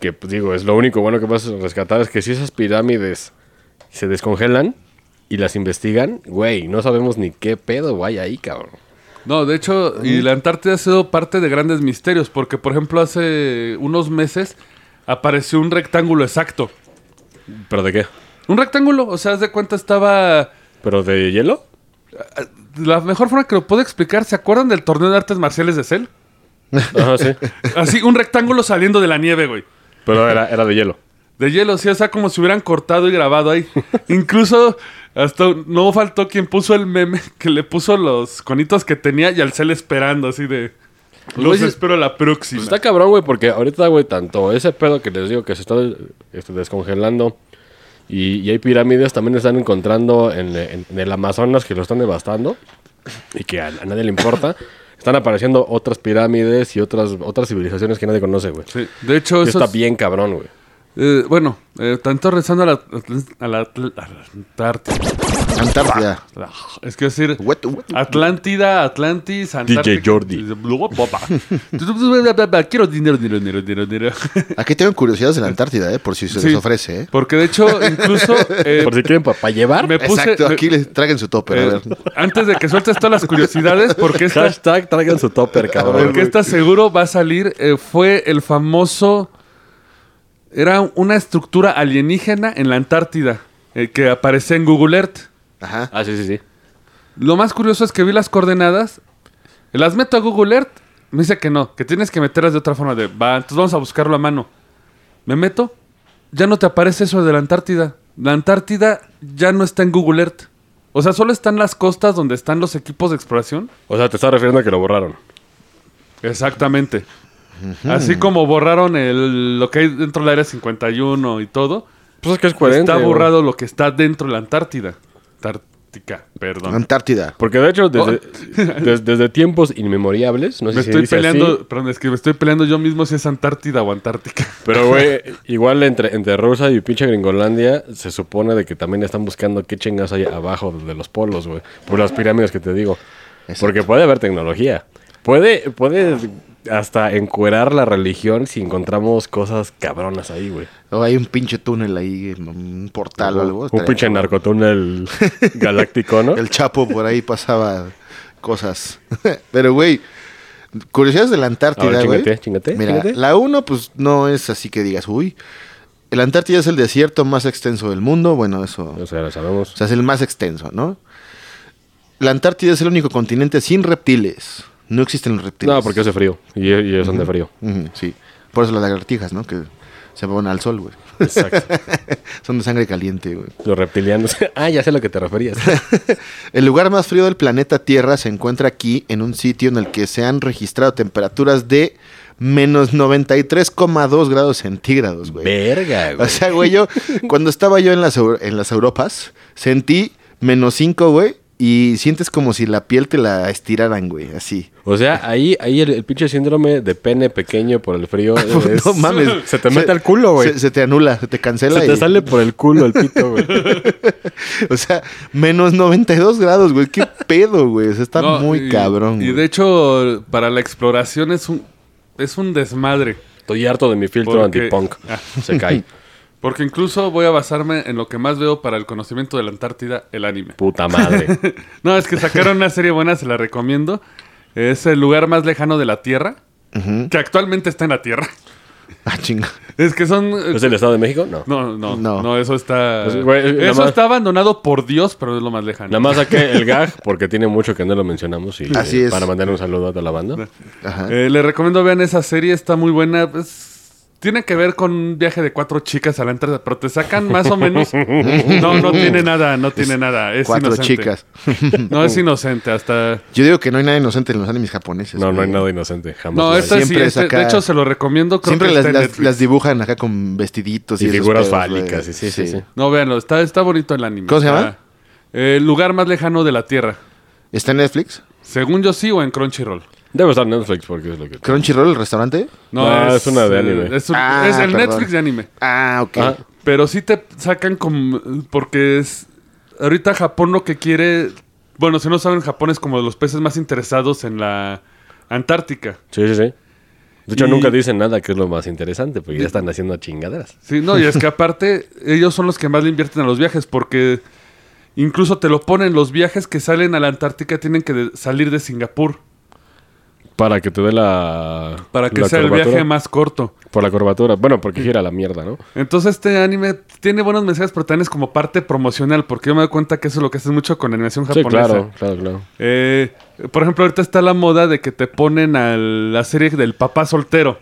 Que pues, digo, es lo único bueno que vas a rescatar es que si esas pirámides se descongelan y las investigan, güey, no sabemos ni qué pedo güey ahí, cabrón. No, de hecho, y la Antártida ha sido parte de grandes misterios, porque por ejemplo hace unos meses apareció un rectángulo exacto. ¿Pero de qué? Un rectángulo, o sea, haz de cuenta estaba... ¿Pero de hielo? La mejor forma que lo puedo explicar, ¿se acuerdan del torneo de artes marciales de Cell? Ajá, sí. Así, un rectángulo saliendo de la nieve, güey. Pero era, era de hielo. De hielo, sí, o sea, como si hubieran cortado y grabado ahí. Incluso hasta no faltó quien puso el meme que le puso los conitos que tenía y al cel esperando, así de. Los Pues- espero la próxima. Pues está cabrón, güey, porque ahorita, güey, tanto ese pedo que les digo que se está este, descongelando y, y hay pirámides también están encontrando en, en- en el Amazonas que lo están devastando y que a, a nadie le importa. Están apareciendo otras pirámides y otras otras civilizaciones que nadie conoce, güey. Sí, De hecho, Y eso Está bien cabrón, güey. bueno, eh, tanto rezando a la, a la, a la Antártida. Antártida. Es que decir, What- what- Atlántida, Atlantis, Antártica. Jordi. Quiero dinero, dinero, dinero, dinero, dinero. Aquí tengo curiosidades de la Antártida, eh, por si se Sí, les ofrece. ¿eh? Porque de hecho, incluso eh, Por si quieren para llevar. me puse. Exacto, me- aquí les traguen su tope. eh, a ver. antes de que sueltes todas las curiosidades, porque esta, Hashtag traigan su topper, cabrón. porque esta seguro va a salir, eh, fue el famoso. Era una estructura alienígena en la Antártida eh, que aparece en Google Earth. Ajá. Ah, sí, sí, sí. Lo más curioso es que vi las coordenadas, las meto a Google Earth, me dice que no, que tienes que meterlas de otra forma, de, va, entonces vamos a buscarlo a mano. Me meto, ya no te aparece eso de la Antártida. La Antártida ya no está en Google Earth. O sea, solo están las costas donde están los equipos de exploración. O sea, te estás refiriendo a que lo borraron. Exactamente. Así como borraron el, lo que hay dentro del Área 51 y todo, Pues es que es coherente. está güey. borrado lo que está dentro de la Antártida. Antártica, perdón. Antártida. Porque de hecho, desde, Oh. des- desde tiempos inmemoriables, no Me sé Pues si estoy se dice peleando, así, perdón, es que me estoy peleando yo mismo si es Antártida o Antártica. pero güey, igual entre, entre Rusia y pinche Gringolandia, se supone de que también están buscando qué chingas hay abajo de los polos, güey. Por las pirámides que te digo. Exacto. Porque puede haber tecnología. Puede, puede hasta encuerar la religión si encontramos cosas cabronas ahí, güey. O Oh, hay un pinche túnel ahí, un portal o algo. Un pinche narcotúnel galáctico, ¿no? El Chapo por ahí pasaba cosas. Pero, güey, curiosidades de la Antártida, Ahora, güey. chingate, chingate, Mira, chingate. la uno, pues no es así que digas, uy. La Antártida es el desierto más extenso del mundo. Bueno, eso. O sea, lo sabemos. O sea, es el más extenso, ¿no? La Antártida es el único continente sin reptiles. No existen los reptiles. No, porque hace frío. Y, y ellos son de frío. Ujú, sí. Por eso las lagartijas, ¿no? Que se van al sol, güey. Exacto. Son de sangre caliente, güey. Los reptilianos. ah, ya sé a lo que te referías. El lugar más frío del planeta Tierra se encuentra aquí, en un sitio en el que se han registrado temperaturas de menos 93,2 grados centígrados, güey. Verga, O sea, güey, yo cuando estaba yo en las, Eu- en las Europas, sentí menos 5, güey, y sientes como si la piel te la estiraran, güey, así. O sea, ahí, ahí el, el pinche síndrome de pene pequeño por el frío. es- no mames. Se te mete al culo, güey. Pues, Se, Se, se te anula, se te cancela. te y- sale por el culo el pito, güey. O sea, menos 92 grados, güey. Qué pedo, güey. O sea, está No, muy y- cabrón. Y güey. de hecho, para la exploración es un, es un desmadre. Estoy harto de mi filtro Porque- antipunk. Se cae. Porque incluso voy a basarme en lo que más veo para el conocimiento de la Antártida, el anime. Puta madre. no, es que sacaron una serie buena, se la recomiendo. Es el lugar más lejano de la Tierra, que actualmente está en la Tierra. Ah, chinga. Es que son... eh, ¿Es el Estado de México? No. No, no, No. no, eso está... Pues, güey, eh, nada eso más- está abandonado por Dios, pero es lo más lejano. Nada más saqué el gag porque tiene mucho que no lo mencionamos. Y, Así eh, es. Para mandar un saludo a toda la banda. Ajá. Eh, le recomiendo vean esa serie, está muy buena. pues, tiene que ver con un viaje de cuatro chicas a la entrada, pero te sacan más o menos. No, no tiene nada, no tiene nada. Es Cuatro inocente. chicas. No es inocente, hasta. Yo digo que no hay nada inocente en los animes japoneses. No, no hay güey. nada inocente. Jamás. No, lo hay. esta sí, Siempre es este- acá- de hecho se lo recomiendo. creo Siempre que las, está en las, Netflix. las dibujan acá con vestiditos y, Y esos figuras pedos, fálicas, güey. y sí, sí, sí. No, véanlo, está, está bonito el anime. ¿Cómo se Está- llama? eh, El lugar más lejano de la Tierra. ¿Está en Netflix? Según yo sí o en Crunchyroll. Debe estar en Netflix porque es lo que. ¿Crunchyroll, el restaurante? No, Ah, es una de eh, anime. Es, un- Ah, es el perdón. Netflix de anime. Ah, ok. Ah, Pero sí te sacan con... Porque es... Ahorita Japón lo que quiere... Bueno, si no saben, Japón es como de los peces más interesados en la Antártica. sí, sí, sí. De hecho, Y- nunca dicen nada que es lo más interesante porque ya están haciendo chingaderas. Sí, no, y es que aparte ellos son los que más le invierten a los viajes porque incluso te lo ponen, los viajes que salen a la Antártica tienen que de- salir de Singapur Para que te dé la. para que la sea el curvatura. viaje más corto. Por la curvatura. Bueno, porque gira la mierda, ¿no? Entonces este anime tiene buenos mensajes, pero también es como parte promocional porque yo me doy cuenta que eso es lo que haces mucho con animación Sí, japonesa. claro, claro, claro. Eh, por ejemplo, ahorita está la moda de que te ponen a la serie del papá soltero.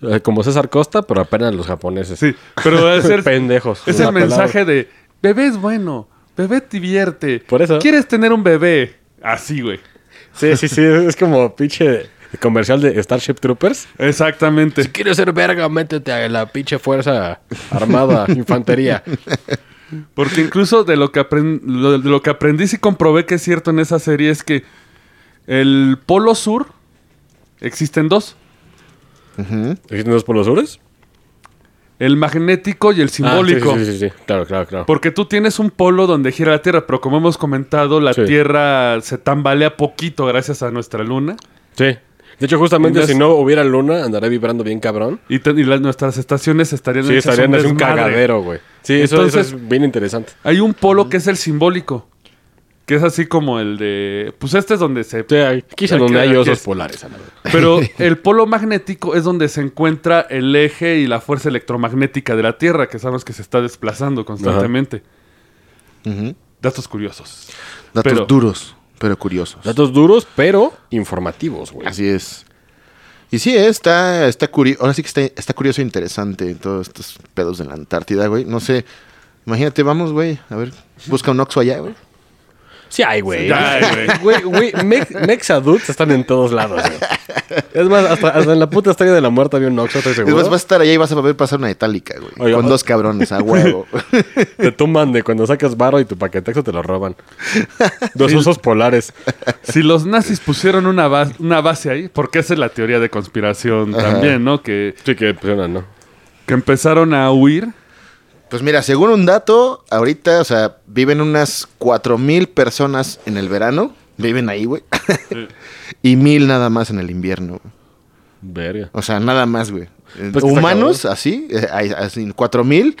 Eh, Como César Costa, pero apenas los japoneses. Sí, pero va a ser- Pendejos. es La el pelada. mensaje de bebé es bueno, bebé te divierte. Por eso. ¿Quieres tener un bebé? Así, güey. Sí, sí, sí. Es como pinche el comercial de Starship Troopers. Exactamente. Si quieres ser verga, métete a la pinche fuerza armada, infantería. Porque incluso de lo, que apren- lo- de lo que aprendí sí comprobé que es cierto en esa serie es que el Polo Sur existen dos. ¿Existen dos polos sures? El magnético y el simbólico. Ah, sí, sí, sí, sí. Claro, claro, claro. Porque tú tienes un polo donde gira la Tierra, pero como hemos comentado, la Sí. Tierra se tambalea poquito gracias a nuestra luna. Sí. De hecho, justamente Entonces- si no hubiera luna, andaría vibrando bien cabrón. Y, te- y las, nuestras estaciones estarían Sí, hechas estarían es un desmadre. cagadero, güey. Sí, eso, Entonces- eso es bien interesante. Hay un polo que es el simbólico. Que es así como el de. Pues este es donde se. Sí, aquí es Aquí- donde hay aquí osos es. polares. a la verdad. Pero el polo magnético es donde se encuentra el eje y la fuerza electromagnética de la Tierra, que sabemos que se está desplazando constantemente. Datos curiosos. Datos Pero- duros, pero curiosos. Datos duros, pero informativos, güey. Así es. Y sí, eh, está, está curioso. Ahora sí que está, está curioso e interesante todos estos pedos de la Antártida, güey. No sé. Imagínate, vamos, güey. A ver, busca un Oxxo allá, güey. Sí hay, güey. Ay, güey. Güey, güey, mex, mexadudes están en todos lados, güey. Es más, hasta, hasta en la puta estrella de la muerte había un Oxxo, estoy Es seguro. más, vas a estar allá y vas a poder pasar una itálica, güey. Oiga, pues- con o- dos cabrones, a huevo. Te tumban de cuando sacas varo y tu paquetexo te lo roban. Dos osos polares. Si los nazis pusieron una, bas- una base ahí, porque esa es la teoría de conspiración también, ¿no? Que, Sí, que impresionan, ¿no? que empezaron a huir. pues mira, según un dato, ahorita, o sea, viven unas 4.000 personas en el verano. Viven ahí, güey. y mil nada más en el invierno, güey. Verga. O sea, nada más, güey. Eh, Pues que está Humanos, así, eh, hay- así, cuatro mil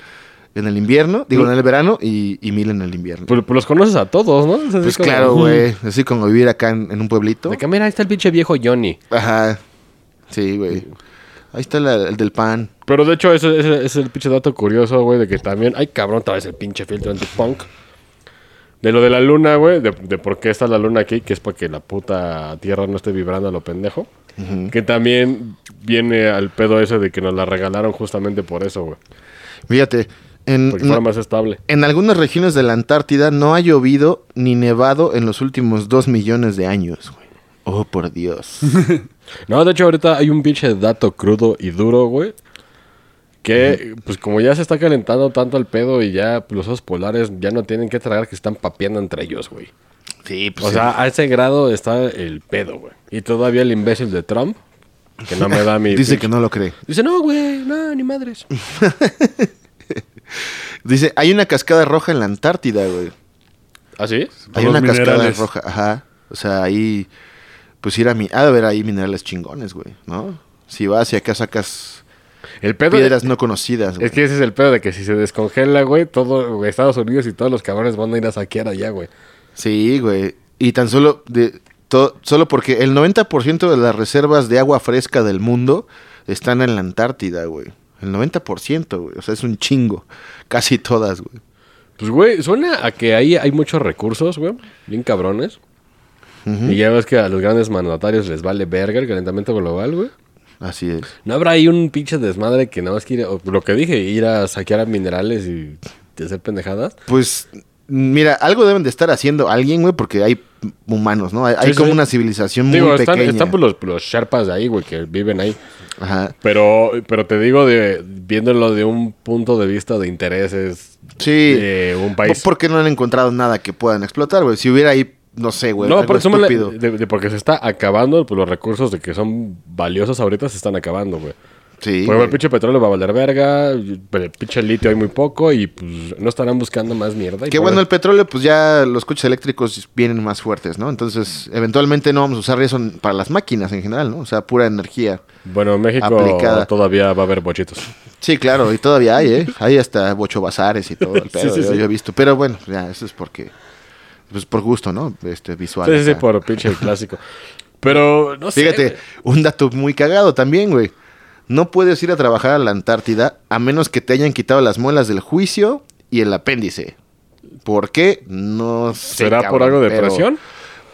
en el invierno, digo, en el verano y, y mil en el invierno. Pues, Pues, pues los conoces a todos, ¿no? Es así como- claro, güey. Así como vivir acá en, en un pueblito. De que, mira, ahí está el pinche viejo Johnny. Ajá. Sí, güey. Ahí está la- el del pan. Pero de hecho, ese, ese- ese es el pinche dato curioso, güey, de que también. Ay, cabrón, otra vez el pinche filtro anti-punk. De lo de la luna, güey, de, de por qué está la luna aquí, que es para que la puta tierra no esté vibrando a lo pendejo. Que también viene al pedo ese de que nos la regalaron justamente por eso, güey. Fíjate, en, Porque fuera más estable. en algunas regiones de la Antártida no ha llovido ni nevado en los últimos dos millones de años, güey. Oh, por Dios. No, de hecho, ahorita hay un pinche dato crudo y duro, güey. Que, pues, como ya se está calentando tanto el pedo y ya pues, los osos polares ya no tienen que tragar que están papeando entre ellos, güey. sí, O sea, a ese grado está el pedo, güey. Y todavía el imbécil de Trump, que no me da mi. Dice pinche- que no lo cree. Dice, no, güey, no, ni madres. Dice, hay una cascada roja en la Antártida, güey. ¿Ah, sí? Hay Los una cascada minerales. roja, ajá. O sea, ahí, pues ir a mi... Ha de haber ahí minerales chingones, güey, ¿no? Si vas y acá sacas El pedo. piedras no conocidas, güey. Es que ese es el pedo de que si se descongela, güey, todo güey, Estados Unidos y todos los cabrones van a ir a saquear allá, güey. Sí, güey. Y tan solo, de, to- solo porque el 90% de las reservas de agua fresca del mundo están en la Antártida, güey. El 90%, güey. O sea, es un chingo. Casi todas, güey. Pues, güey, suena a que ahí hay muchos recursos, güey. Bien cabrones. Y ya ves que a los grandes mandatarios les vale verga el calentamiento global, güey. Así es. ¿No habrá ahí un pinche desmadre que nada más que ir, o lo que dije, ir a saquear a minerales y hacer pendejadas? Pues, mira, algo deben de estar haciendo alguien, güey, porque hay humanos, ¿no? Hay, hay Sí, como sí. una civilización muy Digo, están, pequeña. están por los, los sharpas de ahí, güey, que viven ahí. Ajá. Pero, pero te digo, de, viéndolo de un punto de vista de intereses Sí. de un país. Po- Porque no han encontrado nada que puedan explotar, güey. Si hubiera ahí, no sé, güey. no, algo pero súmale, estúpido. de- de porque se está acabando, pues los recursos de que son valiosos ahorita se están acabando, güey. Sí. Por ejemplo, güey. el pinche petróleo va a valer verga, el pinche litio hay muy poco y pues no estarán buscando más mierda. y Qué por- bueno el petróleo, pues ya los coches eléctricos vienen más fuertes, ¿no? Entonces, eventualmente no vamos a usar eso en- para las máquinas en general, ¿no? O sea, pura energía. Bueno, en México Aplicada. todavía va a haber bochitos. Sí, claro, y todavía hay, ¿eh? Hay hasta bocho bazares y todo el pedo, sí, yo, sí. yo he visto. Pero bueno, ya, eso es porque... Pues por gusto, ¿no? Este, visual. Sí, sí, sí, acá. por pinche clásico. Pero, no sé. Fíjate, un dato muy cagado también, güey. No puedes ir a trabajar a la Antártida a menos que te hayan quitado las muelas del juicio y el apéndice. ¿Por qué? No sé. ¿Será por cabrón, algo de pero presión?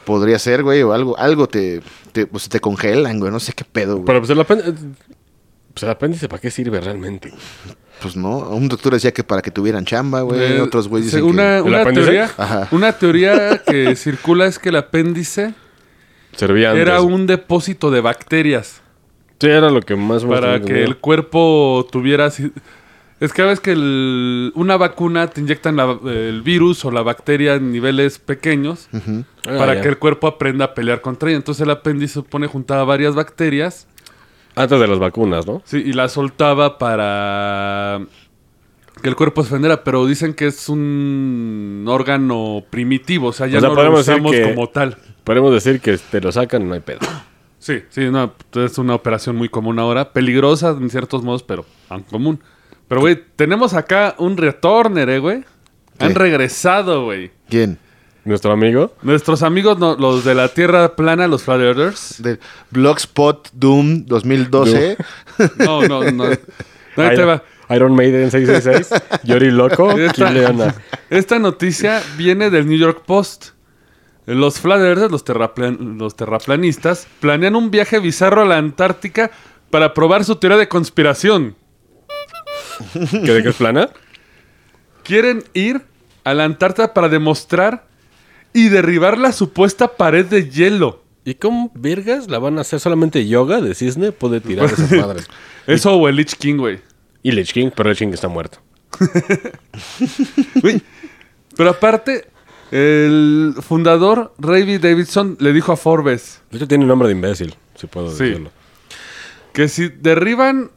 Podría ser, güey, o algo, algo te, te, pues, te congelan, güey. No sé qué pedo, güey. Pero pues el apéndice... Pues el apéndice, ¿para qué sirve realmente? Pues no, un doctor decía que para que tuvieran chamba, güey. Eh, Otros güeyes dicen una, que... una ¿El apéndice? teoría, Ajá. una teoría que circula es que el apéndice Servía antes. Era un depósito de bacterias Sí, era lo que más me para gustaba. que el cuerpo tuviera... si- Es que a veces que el- una vacuna te inyectan la- el virus o la bacteria en niveles pequeños Ah, para ya. que el cuerpo aprenda a pelear contra ella. Entonces el apéndice se pone juntada varias bacterias Antes de las vacunas, ¿no? sí, y la soltaba para que el cuerpo se defendiera. Pero dicen que es un órgano primitivo, o sea, ya sea, no lo podemos decir usamos que- como tal. Podemos decir que te lo sacan, no hay pedo. Sí, sí, no, es una operación muy común ahora, peligrosa en ciertos modos, pero tan común. Pero, güey, tenemos acá un retorner, ¿eh, güey? Han Sí. regresado, güey. ¿Quién? Nuestro amigo. Nuestros amigos, no- los de la Tierra Plana, los Flat Earthers. Del Blogspot Doom 2012. No, no, no. no, ahí te Iron, va. Iron Maiden 666. Yori Loco. Esta, Kim Leona. esta noticia viene del New York Post. Los Flat Earthers, los, terraplan- los terraplanistas, planean un viaje bizarro a la Antártica para probar su teoría de conspiración. ¿Que de qué es plana? Quieren ir a la Antártida para demostrar y derribar la supuesta pared de hielo. ¿Y cómo vergas la van a hacer solamente yoga de cisne? Puede tirar esas madres. Eso o el Lich King, güey. Y Lich King, pero Lich King está muerto. Güey, Pero aparte, el fundador Ray Davidson le dijo a Forbes De hecho, tiene nombre de imbécil, si puedo Sí. decirlo. que si derriban,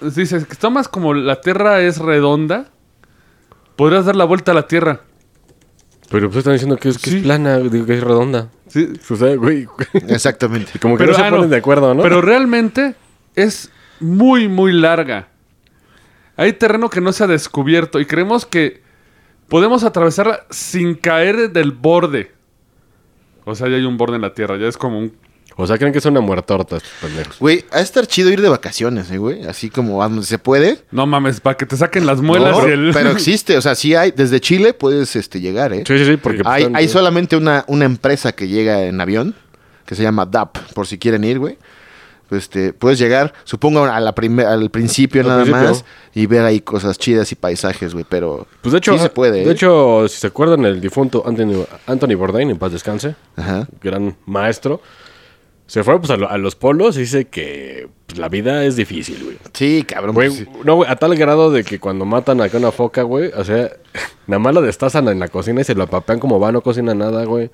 dices que tomas como la Tierra es redonda, podrías dar la vuelta a la Tierra. Pero pues están diciendo que es, que es Sí. plana, digo que es redonda. Sí. O sea, güey. Exactamente. Como que no se ah, ponen de acuerdo, ¿no? Pero realmente es muy, muy larga. Hay terreno que no se ha descubierto y creemos que podemos atravesarla sin caer del borde. O sea, ya hay un borde en la tierra, ya es como un. O sea, creen que es una muertorta estos pendejos. Güey, ha de estar chido ir de vacaciones, eh, güey. Así como a donde se puede. No mames, para que te saquen las muelas No, y el. Pero existe, o sea, sí hay. Desde Chile puedes este, llegar, ¿eh? Sí, sí, sí, porque... pues, Hay, están- hay solamente una, una empresa que llega en avión, que se llama DAP, por si quieren ir, güey. Pues, Este, puedes llegar, supongo, a la prime- al principio Al nada principio. más y ver ahí cosas chidas y paisajes, güey, pero Pues de hecho, sí se puede. de ¿eh? hecho, si se acuerdan, el difunto Anthony, Anthony Bourdain, en paz descanse, Ajá. gran maestro, se fue pues, a, lo- a los polos y dice que pues, la vida es difícil, güey. Sí, cabrón. Güey, pues, sí. no, güey, a tal grado de que cuando matan acá una foca, güey, o sea, nada más la destazan en la cocina y se lo papean como va, no cocina nada, güey.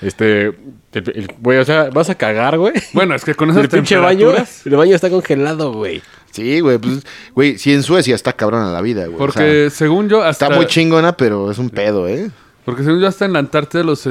Este, el- el- güey, o sea, vas a cagar, güey. Bueno, es que con esas El pinche baño, temperaturas. el baño está congelado, güey. Sí, güey, pues, güey, sí en Suecia está cabrón a la vida, güey. o Porque sea, según yo, hasta. está muy chingona, pero es un pedo, ¿eh? Porque según yo, hasta en la Antártida, los. eh,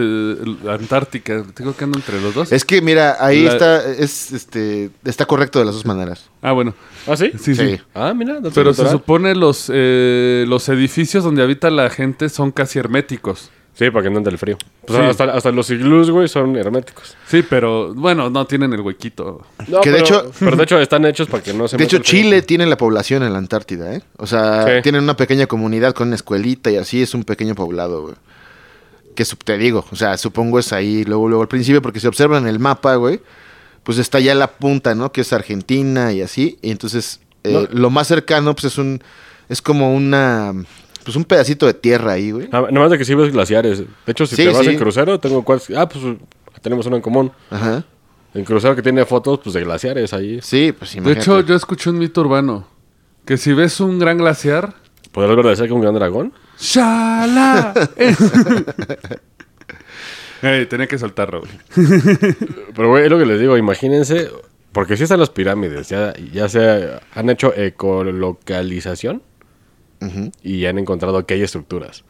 la Antártica, digo que ando entre los dos. Es que mira, ahí La- está, es, este, está correcto de las dos maneras. Ah, bueno. ¿Ah, sí? Sí, sí. Sí. Ah, mira. dato Pero se cultural. supone los, eh, los edificios donde habita la gente son casi herméticos. Sí, para que no ande el frío. Pues Sí. hasta, hasta los iglús, güey, son herméticos. Sí, pero bueno, no tienen el huequito. No, Que de pero- hecho- Pero de hecho están hechos para que no se De meta hecho, el frío. Chile tiene la población en la Antártida, ¿eh? O sea, Sí. tienen una pequeña comunidad con una escuelita y así es un pequeño poblado, güey. Que sup- te digo, o sea, supongo es ahí luego, luego al principio, porque si observan el mapa, güey, pues está ya la punta, ¿no? Que es Argentina y así. Y entonces, eh, lo más cercano, pues es un, es como una, pues un pedacito de tierra ahí, güey. Ah, Nada más de que sí ves glaciares. De hecho, si Sí, te vas sí. en crucero, tengo cuatro... Ah, pues tenemos uno en común. Ajá. En crucero que tiene fotos, pues, de glaciares ahí. Sí, pues De imagínate. hecho, yo escuché un mito urbano. Que si ves un gran glaciar... ¿Podrás ver de cerca un gran dragón? ¡Shala! Ey, tenía que soltarlo, güey. Pero, güey, es lo que les digo. Imagínense... Porque sí están las pirámides. Ya, ya se han hecho ecolocalización. Y ya han encontrado que hay estructuras.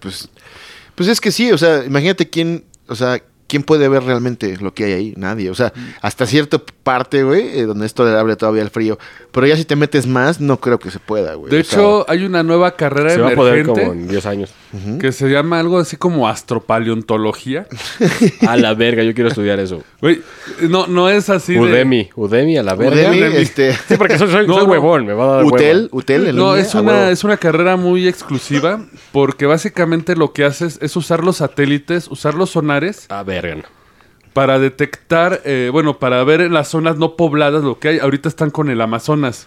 Pues, pues es que sí, o sea, imagínate quién, o sea, quién puede ver realmente lo que hay ahí, nadie, o sea, hasta cierta parte, güey, eh, donde es tolerable todavía el frío, pero ya si te metes más, no creo que se pueda, güey. De o hecho, hay una nueva carrera Pues, Se va a poder como emergente en 10 años. que se llama algo así como astropaleontología. a la verga, yo quiero estudiar eso. Güey, no, no es así de- Pues Udemy. Udemy a la sea, verga. Udemy, Udemy. este, Sí, porque soy, soy- No, soy no. huevón, me va a dar Utel, hueva. Utel, en No, línea, es a una, huevo. es una carrera muy exclusiva porque básicamente lo que haces es usar los satélites, usar los sonares Ah, verga. no. para detectar, eh, bueno, para ver en las zonas no pobladas lo que hay. Ahorita están con el Amazonas.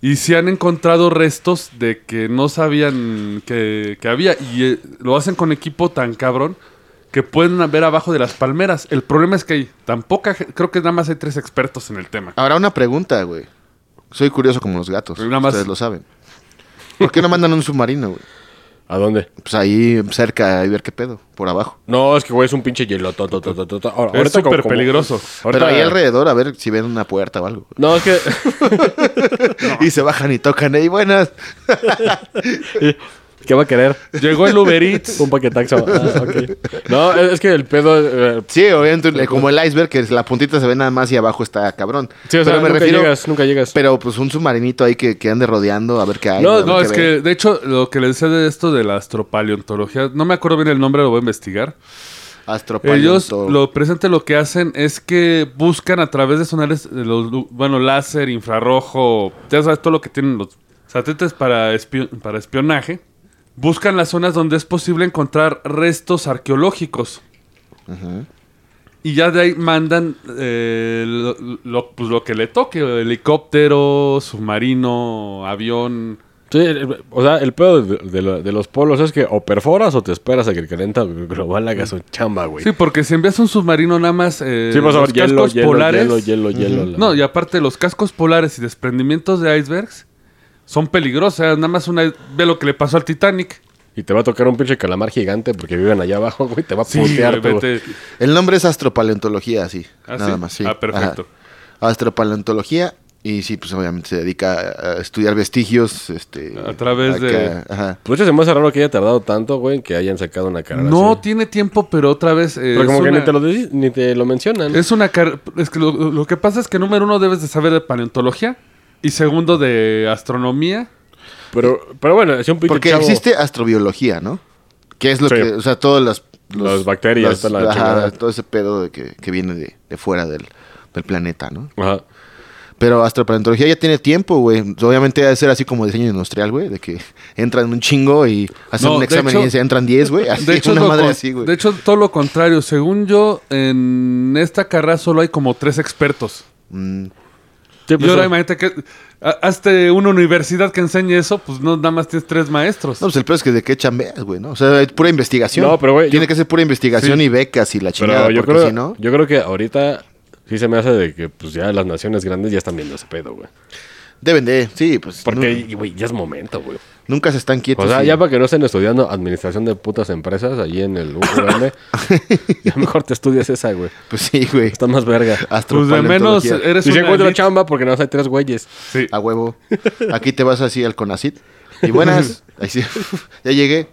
Y se han encontrado restos de que no sabían que, que había. Y eh, lo hacen con equipo tan cabrón que pueden ver abajo de las palmeras. El problema es que hay tan poca, ge- creo que nada más hay tres expertos en el tema. Ahora una pregunta, güey. Soy curioso como los gatos. Pero nada más- Ustedes lo saben. ¿Por qué no mandan un submarino, güey? ¿A dónde? Pues ahí cerca y ver qué pedo, por abajo. No, es que, güey, es un pinche hielo. to, to, to, to, to, to. Ahora- es ahorita como- súper como- peligroso. ahorita- Pero ahí alrededor a ver si ven una puerta o algo. No, es que. Y se bajan y tocan, ¡ey, buenas! ¿Qué va a querer? Llegó el Uber Eats. Un paquetaxo. Ah, ok. No, es es que el pedo. eh, Sí, obviamente, eh, como el iceberg, que la puntita se ve nada más y abajo está cabrón. sí, o sea, pero me nunca refiero... llegas, nunca llegas. Pero pues un submarinito ahí que, que ande rodeando a ver qué hay. No, a ver No, qué es ve. que, de hecho, lo que le decía de esto de la astropaleontología, no me acuerdo bien el nombre, lo voy a investigar. Astropaleonto. Ellos, lo presente lo que hacen es que buscan a través de sonares, de los, lu- bueno, láser, infrarrojo, ya sabes todo lo que tienen los satélites para, espio- para espionaje, buscan las zonas donde es posible encontrar restos arqueológicos. Y ya de ahí mandan eh, lo, lo- pues lo que le toque, helicóptero, submarino, avión. Sí, el- o sea, el pedo de, de lo- de los polos es que o perforas o te esperas a que el calentamiento global haga su chamba, güey. Sí, porque si envías un submarino nada más... eh, Sí, vas a ver los hielo, cascos hielo, polares- hielo, hielo, hielo, la- No, y aparte los cascos polares y desprendimientos de icebergs son peligrosos. o sea, Nada más una ve lo que le pasó al Titanic. Y te va a tocar un pinche calamar gigante porque viven allá abajo, güey. Te va a putear, güey, güey. vete. El nombre es astropaleontología, sí. ¿Ah, nada sí? más, sí. Ah, perfecto. Ajá. Astropaleontología. Y sí, pues obviamente se dedica a estudiar vestigios. Este, A través de- Ajá. Pues de hecho, se me hace raro que haya tardado tanto, güey, en que hayan sacado una carrera No así. tiene tiempo, pero otra vez. eh, Pero como es que una- ni te, lo di- ni te lo mencionan. Es una car- es que lo, lo que pasa es que número uno debes de saber de paleontología y segundo de astronomía. Pero, pero bueno, es un pinche Porque chavo- existe astrobiología, ¿no? Que es lo Sí. que. O sea, todas las. Las bacterias, toda la ajá, chingada. todo ese pedo de que, que viene de, de fuera del, del planeta, ¿no? Ajá. Pero astropaleontología ya tiene tiempo, güey. Obviamente ha de ser así como diseño industrial, güey, de que entran un chingo y hacen No, un de examen hecho- y se entran 10, güey. Así, De hecho, una es lo madre con- así, güey. de hecho, todo lo contrario. Según yo, en esta carrera solo hay como tres expertos. Mm, Sí, Y pues, ahora eh, imagínate que ha- hazte una universidad que enseñe eso, pues no nada más tienes tres maestros. No, pues el peor es que de qué chambeas, güey, ¿no? O sea, es pura investigación. No, pero, güey, Tiene yo- que ser pura investigación y becas y la chingada, pero yo porque creo, si no... yo creo que ahorita sí se me hace de que pues ya las naciones grandes ya están viendo ese pedo, güey. Deben de... Sí, pues... Porque, nu- y, güey, ya es momento, güey. nunca se están quietos. O sea, y- ya para que no estén estudiando administración de putas empresas allí en el UVM, ya mejor te estudias esa, güey. Pues sí, güey. Está más verga. Pues de menos Astropaleontología. eres Y si una encuentro elite. chamba porque no hay tres güeyes. Sí. A huevo. Aquí te vas así al Conacit. Y buenas. Ahí sí. ya llegué.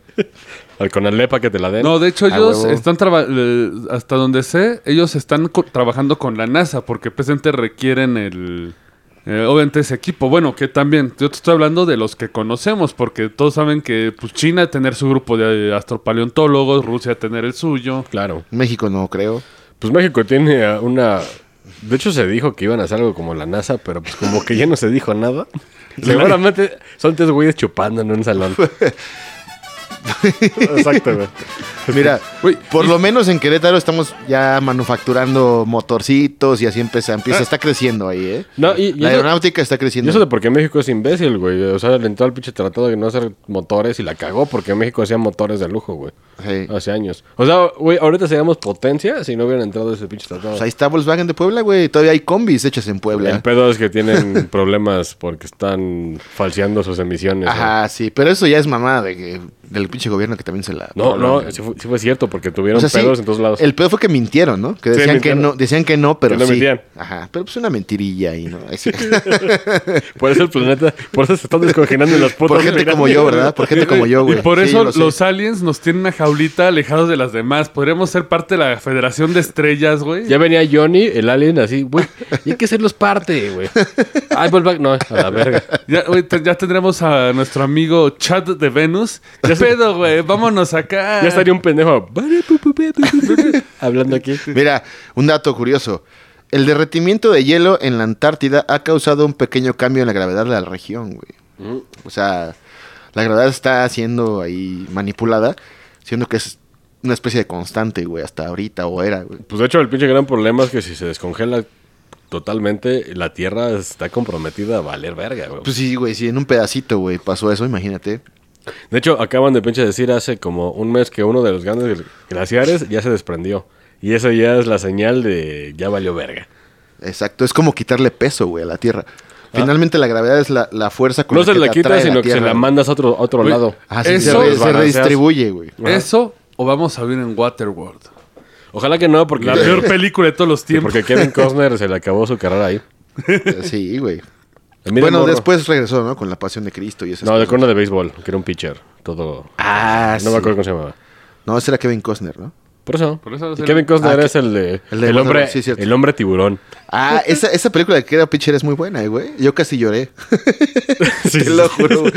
Al con el lepa que te la den. No, de hecho A ellos huevo. están traba- eh, hasta donde sé, ellos están co- trabajando con la NASA porque presente requieren el eh, obviamente ese equipo. Bueno, que también yo te estoy hablando de los que conocemos porque todos saben que pues China tener su grupo de astropaleontólogos, Rusia tener el suyo. Claro. México no creo. Pues México tiene eh, una... De hecho, se dijo que iban a hacer algo como la NASA, pero pues como que ya no se dijo nada. Seguramente son tres güeyes chupando en un salón. Exacto, güey. Mira, Güey, por lo menos en Querétaro estamos ya manufacturando motorcitos y así empieza, empieza, está creciendo ahí, ¿eh? No, y- y eso- la aeronáutica está Y eso creciendo. de por qué México es imbécil, güey. O sea, le entró al pinche tratado de no hacer motores y la cagó porque México hacía motores de lujo, güey. Sí. Hace años. O sea, güey, ahorita seríamos potencia si no hubieran entrado ese pinche tratado. Pues ahí está Volkswagen de Puebla, güey. Todavía hay combis hechas en El Puebla. pedo es que tienen problemas porque están falseando sus emisiones. güey. Ajá, sí, pero eso ya es mamada de que- del pinche gobierno que también se la... No, no, sí fue, sí fue cierto porque tuvieron O sea, sí, pedos en todos lados. El pedo fue que mintieron, ¿no? Que Sí, decían que mintieron. no, decían que no, pero Que no sí. mentían. Ajá, pero pues una mentirilla ahí, ¿no? Por eso el planeta, por eso se están descongelando en las putas. Por gente minas. como yo, ¿verdad? Por gente como yo, Y güey. por Sí, eso lo sé. los aliens nos tienen una jaulita alejados de las demás. Podríamos ser parte de la Federación de Estrellas, güey. Ya venía Johnny, el alien, así, güey, y hay que hacerlos parte, güey. Ay, Volkswagen, no, a la verga. Ya, güey, te- ya tendremos a nuestro amigo Chad de Venus. ¿Qué pedo, güey? Vámonos acá. Ya estaría un pendejo. Hablando aquí. Mira, un dato curioso. El derretimiento de hielo en la Antártida ha causado un pequeño cambio en la gravedad de la región, Mm. güey. O sea, la gravedad está siendo ahí manipulada, siendo que es una especie de constante, güey, hasta ahorita o era, güey. Pues de hecho, el pinche gran problema es que si se descongela totalmente, la Tierra está comprometida a valer verga, güey. Pues sí, güey, sí, en un pedacito, güey, pasó eso, imagínate. De hecho, acaban de pinche decir hace como un mes que uno de los grandes glaciares ya se desprendió. Y eso ya es la señal de ya valió verga. Exacto, es como quitarle peso, güey, a la Tierra. Finalmente la gravedad es la, la fuerza con Ah. la No se que la te quitas, atrae sino que se Tierra, la güey. mandas a otro, a otro Uy, lado. Ah, sí, Eso se, re- es se balanceas. redistribuye, güey. ¿Eso o vamos a ver en Waterworld? Ojalá que no, porque, La peor película de todos los tiempos. porque Kevin Costner se le acabó su carrera ahí. Sí, güey. El mismo Bueno, morro. después regresó, ¿no? Con la pasión de Cristo y esas No, de cosas. corno de béisbol, que era un pitcher. Todo. Ah, no me acuerdo cómo se llamaba. No, ese era Kevin Costner, ¿no? Por eso. Por eso Y es el- Kevin Costner Ah, es el de. el El, de hombre, Wonder- sí, cierto. el hombre tiburón. Ah, esa, esa película que era Pitcher es muy buena, eh, güey. Yo casi lloré. Sí, Te sí, lo sí. juro. güey.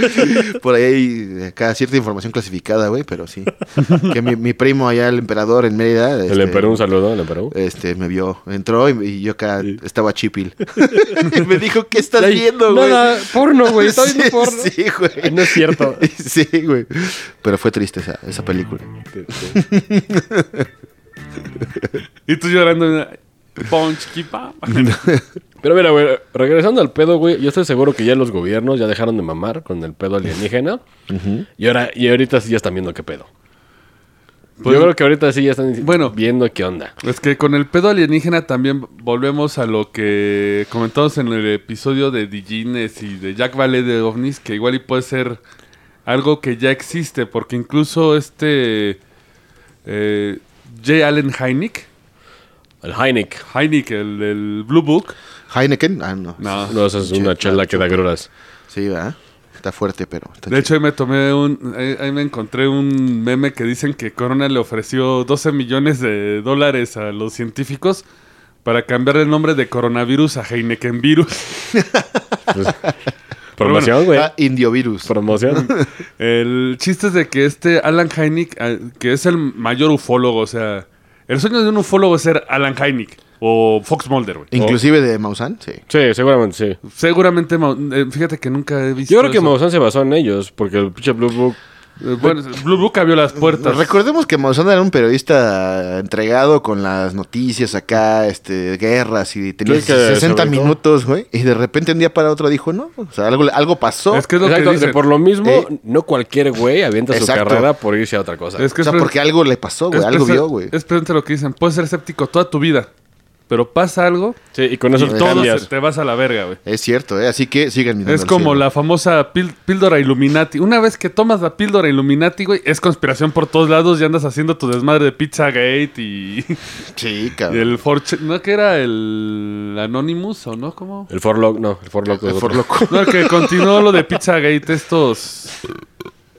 Por ahí hay eh, acá cierta información clasificada, güey, pero sí. Que mi, mi primo allá, el emperador en Mérida. El este, Perú, un saludo, el Perú. Este, me vio. Entró y, y yo acá estaba chipil. y me dijo, ¿qué estás viendo, güey? Nada, porno, güey. Está sí, viendo porno. sí, güey. No es cierto. sí, güey. Pero fue triste esa, esa película. Y tú llorando. mira, Punch, kipa. Pero mira, güey, regresando al pedo, güey, yo estoy seguro que ya los gobiernos ya dejaron de mamar con el pedo alienígena. Y ahora, y ahorita sí ya están viendo qué pedo. Pues- yo creo que ahorita sí ya están Bueno. viendo qué onda. Es que con el pedo alienígena también volvemos a lo que comentamos en el episodio de Dijines y de Jack Valet de OVNIs, que igual y puede ser algo que ya existe, porque incluso este eh, J. Allen Hynek, El Heineck. Hynek, el del Blue Book, Heineken, ah, no. no, No, esa es ah, una chela que da gruras. Sí, ¿verdad? Está fuerte, pero. está De hecho, ahí me tomé un. Ahí, ahí me encontré un meme que dicen que Corona le ofreció 12 millones de dólares a los científicos para cambiar el nombre de coronavirus a Heineken Virus. Pues, Promoción, chido. güey. Ah, indiovirus. Promoción. El chiste es de que este Alan Hynek, ah, que es el mayor ufólogo, o sea, el sueño de un ufólogo es ser Alan Hynek o Fox Mulder, güey. Inclusive de Maussan, sí. Sí, seguramente sí. Seguramente, Mau- eh, fíjate que nunca he visto. Yo creo que eso. Maussan se basó en ellos, porque el pinche Blue Book. Eh, Bueno, Blue Book abrió las puertas. Recordemos que Maussan era un periodista entregado con las noticias acá, este, guerras y tenía Sí, que 60 se ubicó. minutos, güey. Y de repente un día para otro dijo, no, o sea, algo, algo pasó. Es que es lo Exacto, que dicen. de por lo mismo, Eh. no cualquier güey avienta Exacto. su carrera por irse a otra cosa. Es que o sea, es- porque algo le pasó, güey, Es algo presa- vio, güey. Es precisamente lo que dicen. Puedes ser escéptico toda tu vida, pero pasa algo Sí, y con eso y todo cambias. se- te vas a la verga, güey. Es cierto, ¿eh? Así que sigan mirando Es al como cielo. la famosa píl- píldora Illuminati. Una vez que tomas la píldora Illuminati, güey, es conspiración por todos lados y andas haciendo tu desmadre de Pizzagate y, Sí, y cabrón. el Fortune. ¿No que era el Anonymous o no? ¿Cómo? El Forlock, no, el Forlock. es Eh, otro. por loco. No, el que continuó lo de Pizzagate, estos...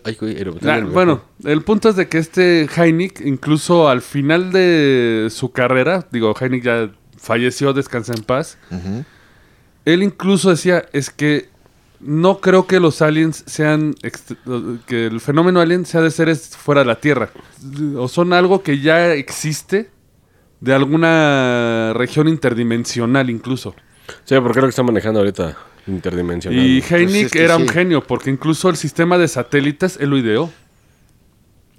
Ay, güey, eructé Nah, en el Ah, bueno, el punto es de que este Heineck, incluso al final de su carrera, digo, Heineck ya falleció, descansa en paz. Él incluso decía, es que no creo que los aliens sean, ext- que el fenómeno alien sea de seres fuera de la Tierra. O son algo que ya existe de alguna región interdimensional incluso. Sí, porque creo que están manejando ahorita interdimensional. Y Pues Heineck es este que era un sí. genio, porque incluso el sistema de satélites él lo ideó.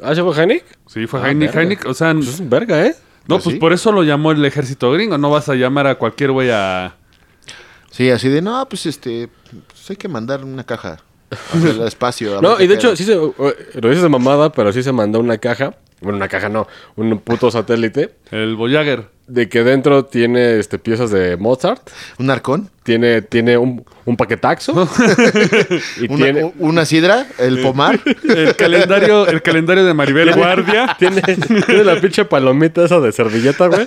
¿Ah, se fue Heineck? Sí, fue Ah, Heineck. verga. Heineck, o sea... Pues es un verga, ¿eh? No, Pues pues sí. por eso lo llamó el ejército gringo. No vas a llamar a cualquier güey a. Sí, así de, no, pues este, pues hay que mandar una caja al espacio. a No, ver y qué de hecho, pedo. sí se. o- o- Lo dices de mamada, pero sí se mandó una caja. Bueno, una caja no, un puto satélite. El Voyager. De que dentro tiene este, piezas de Mozart, ¿Un arcón? tiene, tiene un, un paquetaxo. y Una, tiene. u- una sidra? ¿El pomar? El calendario, el calendario de Maribel Guardia. Tiene, tiene la pinche palomita esa de servilleta, güey.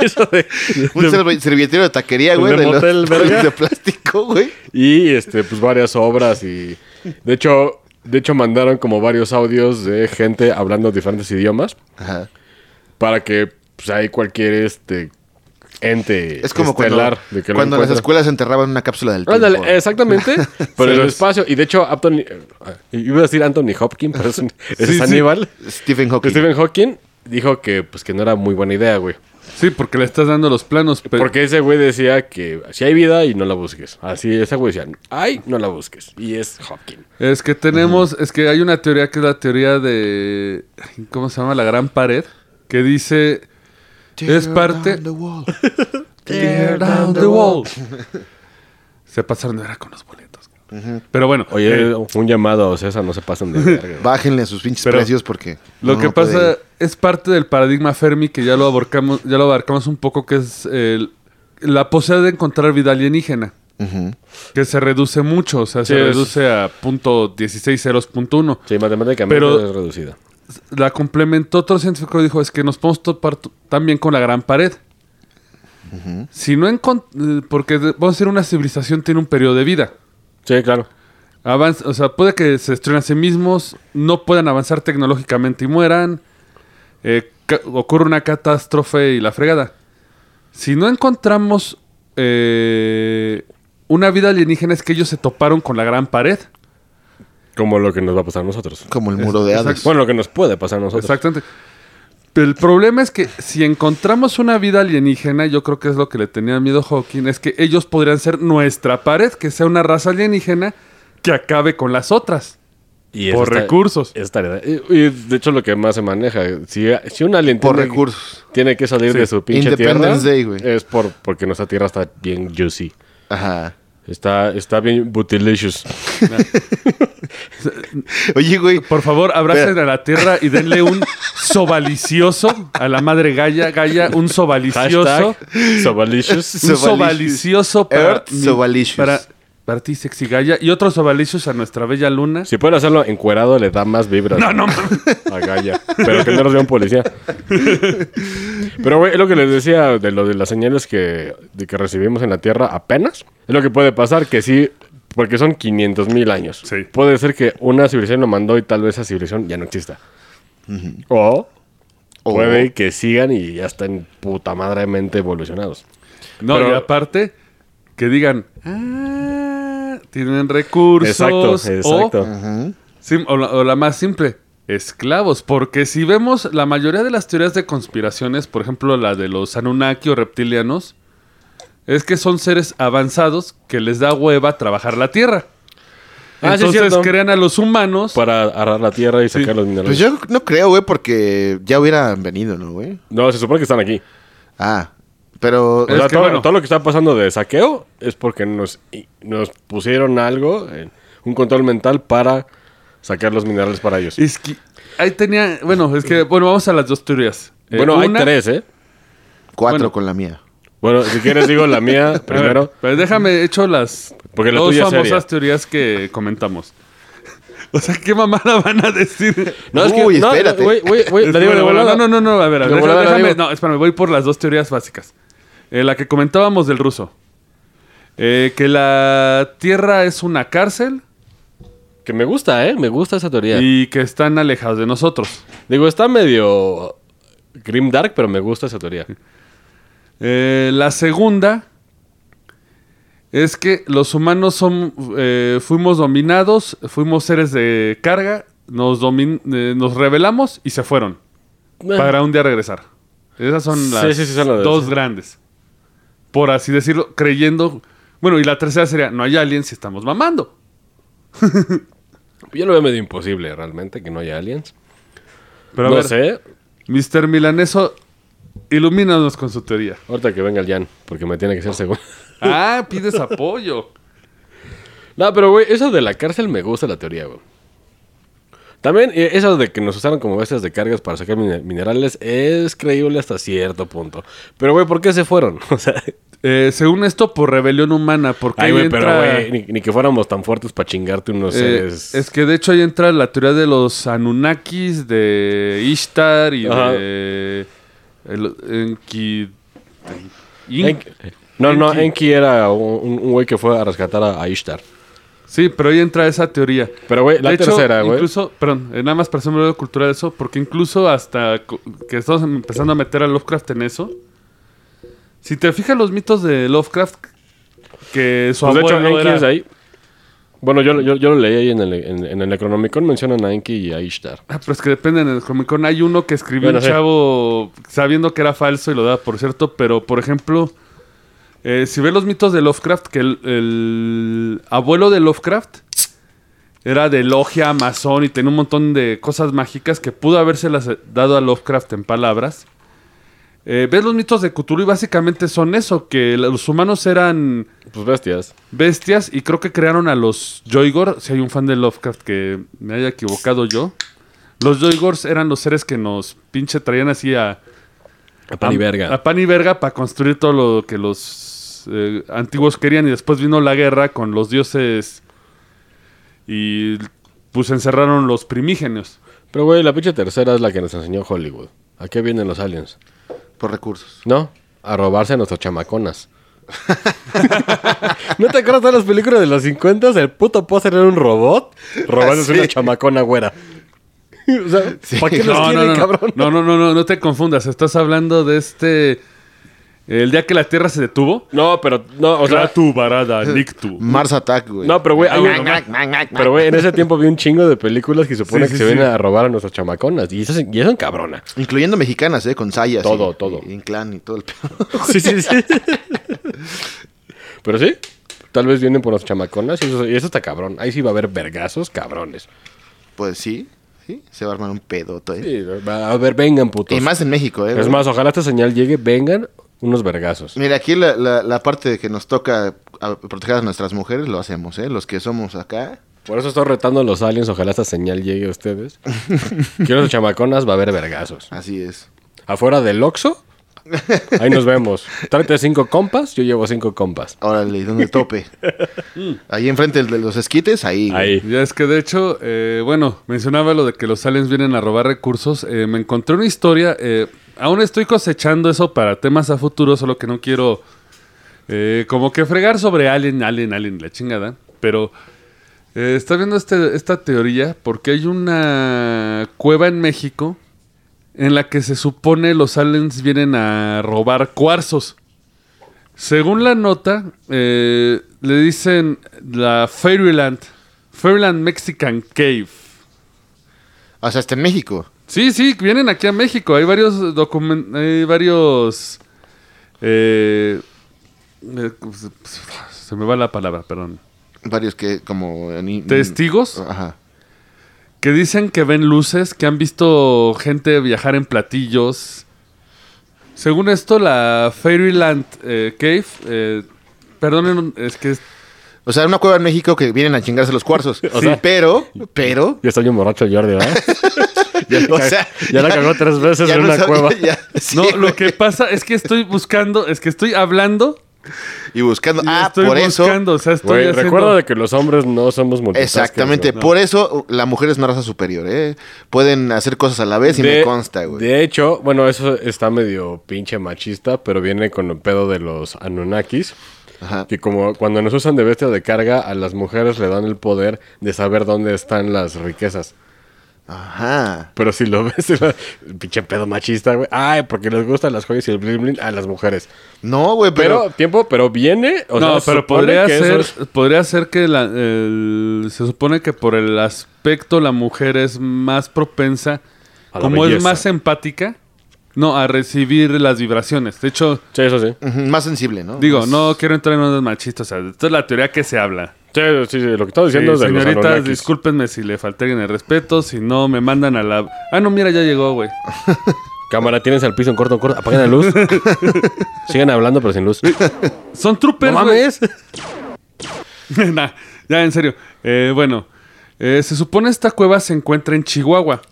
Eso de, Un servi- servilletiero de taquería, güey. de los- motel, verga. de plástico, güey. Y este, pues varias obras y. De hecho, de hecho, mandaron como varios audios de gente hablando diferentes idiomas. Ajá. Para que pues ahí cualquier este ente Es como estelar cuando, de que lo cuando las encuentra. escuelas enterraban una cápsula del tiempo. Ándale, exactamente. Por Sí, el es. espacio. Y de hecho, Anthony, eh, iba a decir Anthony Hopkins, pero es, un- es Sí, sí. Aníbal. Stephen Hawking. Stephen Hawking dijo que pues que no era muy buena idea, güey. Sí, porque le estás dando los planos. pe- Porque ese güey decía que si hay vida y no la busques. Así ese güey decía, ay, no la busques. Y es Hawking. Es que tenemos. Es que hay una teoría que es la teoría de. ay, ¿Cómo se llama? La gran pared. Que dice. Es parte. Tear down the wall. Se pasaron de era con los boletos. Pero bueno, Oye, eh, un llamado, César, no se pasen de verga. Bájenle sus pinches Pero precios porque. lo no, que no pasa puede- es parte del paradigma Fermi que ya lo abarcamos, ya lo abarcamos un poco, que es el- la posibilidad de encontrar vida alienígena. Ujú. Que se reduce mucho, o sea, se Sí, es- reduce a punto 16 ceros punto uno. Sí, matemáticamente Pero- es reducida. La complementó otro científico dijo, es que nos podemos topar t- también con la gran pared. Si no encon- eh, porque de- vamos a decir, una civilización tiene un periodo de vida. Sí, claro. Avanz- o sea, puede que se destruyan a sí mismos, no puedan avanzar tecnológicamente y mueran. eh, ca- ocurre una catástrofe y la fregada. Si no encontramos eh, una vida alienígena es que ellos se toparon con la gran pared. Como lo que nos va a pasar a nosotros. Como el muro de exacto. Hades. Bueno, lo que nos puede pasar a nosotros. Exactamente. Pero el problema es que si encontramos una vida alienígena, yo creo que es lo que le tenía miedo Hawking, es que ellos podrían ser nuestra pared, que sea una raza alienígena que acabe con las otras. Y Por eso está- recursos. es tarea. Y, y, de hecho lo que más se maneja. Si, si un alien Por tiene, recursos. tiene que salir Sí. de su pinche tierra, Independence Day, güey. es por, porque nuestra tierra está bien juicy. Ajá. Está, está bien butilicious. Oye, güey. Por favor, abracen a la tierra y denle un sobalicioso a la madre Gaia. Gaia, un sobalicioso. Hashtag sobalicious. Un Sobalicious. sobalicioso para, Earth mi- sobalicious. para, para ti, sexy Gaia. Y otro sobalicious a nuestra bella luna. Si pueden hacerlo encuerado, le da más vibras. No, no, mames. A Gaia. Pero que no los vea un policía. Pero, güey, es lo que les decía de lo de las señales que, de que recibimos en la Tierra apenas. Es lo que puede pasar, que sí, porque son 500 mil años. Sí. Puede ser que una civilización lo mandó y tal vez esa civilización ya no exista. O O- puede que sigan y ya estén puta madremente evolucionados. No, Pero- y aparte, que digan, ah, tienen recursos. Exacto, exacto. O, sim- o la, o la más simple, esclavos. Porque si vemos la mayoría de las teorías de conspiraciones, por ejemplo, la de los Anunnaki o reptilianos, es que son seres avanzados que les da hueva trabajar la tierra. Ah, sí, es Entonces cierto. crean a los humanos. Para agarrar la Tierra y sacar los minerales. Pues yo no creo, güey, porque ya hubieran venido, ¿no, güey? No, se supone que están aquí. Ah. Pero. O sea, Es que, todo, bueno. todo lo que está pasando de saqueo es porque nos, y- nos pusieron algo, eh, un control mental para sacar los minerales para ellos. Es que ahí tenía. Bueno, es que. Bueno, vamos a las dos teorías. Eh, bueno, una- hay tres, ¿eh? Cuatro bueno. con la mía. Bueno, si quieres digo la mía A ver, primero. pues déjame hecho las Porque la dos tuya es famosas seria. teorías que comentamos. O sea, ¿qué mamada van a decir? No, Uy, no, espérate. güey, güey, güey, la digo Espérame, de bueno, volada. no, no, no, a ver, a De ver, volada déjame, la déjame- digo. no, espérame, voy por las dos teorías básicas. Eh, la que comentábamos del ruso. Eh, que la Tierra es una cárcel Que me gusta, ¿eh? Me gusta esa teoría. y que están alejados de nosotros. Digo, está medio grim dark, pero me gusta esa teoría. Eh, la segunda es que los humanos son, eh, fuimos dominados, fuimos seres de carga, nos, domin- eh, nos rebelamos y se fueron para un día regresar. Esas son Eh. Sí, las sí, sí, son las dos dos. grandes. Por así decirlo, creyendo... Bueno, y la tercera sería, no hay aliens si estamos mamando. Yo lo veo medio imposible realmente, que no haya aliens. Pero a no ver, sé, Mr. Milaneso, ilumínanos con su teoría. ahorita que venga el Jan, porque me tiene que ser seguro. Ah, pides apoyo. No, pero güey, eso de la cárcel me gusta la teoría, güey. También eh, eso de que nos usaron como bestias de cargas para sacar mine- minerales es creíble hasta cierto punto. Pero güey, ¿por qué se fueron? O sea, Eh, según esto, por rebelión humana, porque ay, ahí güey, pero entra- güey, ni, ni que fuéramos tan fuertes para chingarte unos Eh, seres. es que de hecho ahí entra la teoría de los Anunnakis, de Ishtar y Ajá. de. El, Enki. In- Enki- no, no, Enki. Enki era un un güey que fue a rescatar a, a Ishtar. Sí, pero ahí entra esa teoría. Pero güey, la de hecho, tercera, güey. Incluso, perdón, eh, nada más para hacer un breve cultura de eso, porque incluso hasta co- que estamos empezando a meter a Lovecraft en eso. Si te fijas los mitos de Lovecraft, que su Pues, de hecho, abuelo Enki era- es ahí. Bueno, yo, yo, yo lo leí ahí en el, en, en el Necronomicon, mencionan a Enki y a Ishtar. Ah, pero es que dependen del Comic Con. Hay uno que escribió Bueno, un sí. chavo sabiendo que era falso y lo daba por cierto, pero por ejemplo, eh, si ves los mitos de Lovecraft, que el, el abuelo de Lovecraft era de logia, masón y tenía un montón de cosas mágicas que pudo habérselas dado a Lovecraft en palabras. eh, ves los mitos de Cthulhu y básicamente son eso, que los humanos eran Pues bestias. bestias y creo que crearon a los Joygor. Si hay un fan de Lovecraft que me haya equivocado yo. Los Joygors eran los seres que nos pinche traían así a... A pan y verga. A pan y verga para construir todo lo que los eh, antiguos querían y después vino la guerra con los dioses y pues encerraron los primígenios. Pero, güey, la pinche tercera es la que nos enseñó Hollywood. ¿A qué vienen los aliens? por recursos. ¿No? A robarse a nuestros chamaconas. ¿No te acuerdas de las películas de los 50? El puto póster era un robot robándose Sí. una chamacona güera. O sea, ¿para qué los quieren, no, cabrón? no, no, no, no, no te confundas. Estás hablando de este... El día que la Tierra se detuvo. No, pero, no, o sea, Clatu, Barada, Nictu. Mars Attack, güey. Uh. no, pero güey, hay un- Mac, mac, mac, mac. pero güey, en ese tiempo vi un chingo de películas que supone Sí, que sí, se vienen sí. a robar a nuestras chamaconas. Y eso, es- y eso en cabrona. Incluyendo mexicanas, ¿eh? Con sayas. Todo, y- todo. Y Inclán y todo el pedo. Sí, sí, sí. Pero sí, tal vez vienen por las chamaconas y eso, y eso está cabrón. Ahí sí va a haber vergazos cabrones. Pues sí, sí, se va a armar un pedoto, ¿eh? Sí, va a haber, vengan putos. Y más en México, ¿eh? es más, ojalá esta señal llegue, vengan unos vergazos. Mira, aquí la, la, la parte que nos toca a- proteger a nuestras mujeres lo hacemos, ¿eh? Los que somos acá. Por eso estoy retando a los aliens, ojalá esta señal llegue a ustedes. Quiero las chamaconas, va a haber vergazos. Así es. Afuera del Oxxo, ahí nos vemos. Tráete cinco compas, yo llevo cinco compas. Órale, ¿y ¿dónde tope? ahí enfrente del de los esquites, ahí. güey. Ahí. Ya es que de hecho, eh, bueno, mencionaba lo de que los aliens vienen a robar recursos. Eh, me encontré una historia. eh, aún estoy cosechando eso para temas a futuro, solo que no quiero eh, como que fregar sobre alien, alien, alien, la chingada. Pero eh, está viendo este, esta teoría porque hay una cueva en México en la que se supone los aliens vienen a robar cuarzos. Según la nota, eh, le dicen la Fairyland, Fairyland Mexican Cave. O sea, hasta en México. Sí, sí, vienen aquí a México. Hay varios documentos, hay varios... eh, eh, se me va la palabra, perdón. Varios que como... en- en- Testigos Ajá. que dicen que ven luces, que han visto gente viajar en platillos. Según esto, la Fairyland eh, Cave... eh, perdonen, es que... es- O sea, una cueva en México que vienen a chingarse los cuarzos. sí, sea- pero, pero... Ya está bien borracho el Jordi, ¿verdad? ya, la O ca- sea, ya la cagó tres veces en no una sabe- cueva. ya- sí, No, lo güey. que pasa es que estoy buscando, es que estoy hablando Y buscando... Y ah, estoy por buscando, eso... o sea, estoy Güey, haciendo- recuerda de que los hombres no somos multitaskers. Exactamente, güey. por eso la mujer es una raza superior, ¿eh? Pueden hacer cosas a la vez y De- me consta, güey. De hecho, bueno, eso está medio pinche machista, pero viene con el pedo de los Anunnakis. Ajá. Que como cuando nos usan de bestia de carga, a las mujeres le dan el poder de saber dónde están las riquezas. Ajá. Pero si lo ves, pinche pedo machista, güey. Ay, porque les gustan las joyas y el bling bling a las mujeres. No, güey, Pero, pero... tiempo, pero viene. o no, sea, pero supone podría que eso ser, es- podría ser que la- el- se supone que por el aspecto la mujer es más propensa, A la como es belleza. más empática, no, a recibir las vibraciones. De hecho, Sí, eso sí. ujú, Más sensible, ¿no? digo, Más- no quiero entrar en ondas machistas, o sea, esta es la teoría que se habla. Sí, sí, sí, lo que estaba Sí, diciendo es de los señoritas, Anunnakis. discúlpenme si le falté en el respeto, si no me mandan a la... Ah, no, mira, ya llegó, güey. Cámara, tienes al piso en corto, en corto. Apaguen la luz. Sigan hablando, pero sin luz. Son troopers, ¡No güey. mames! Nah, ya, en serio. Eh, bueno, eh, se supone esta cueva se encuentra en Chihuahua.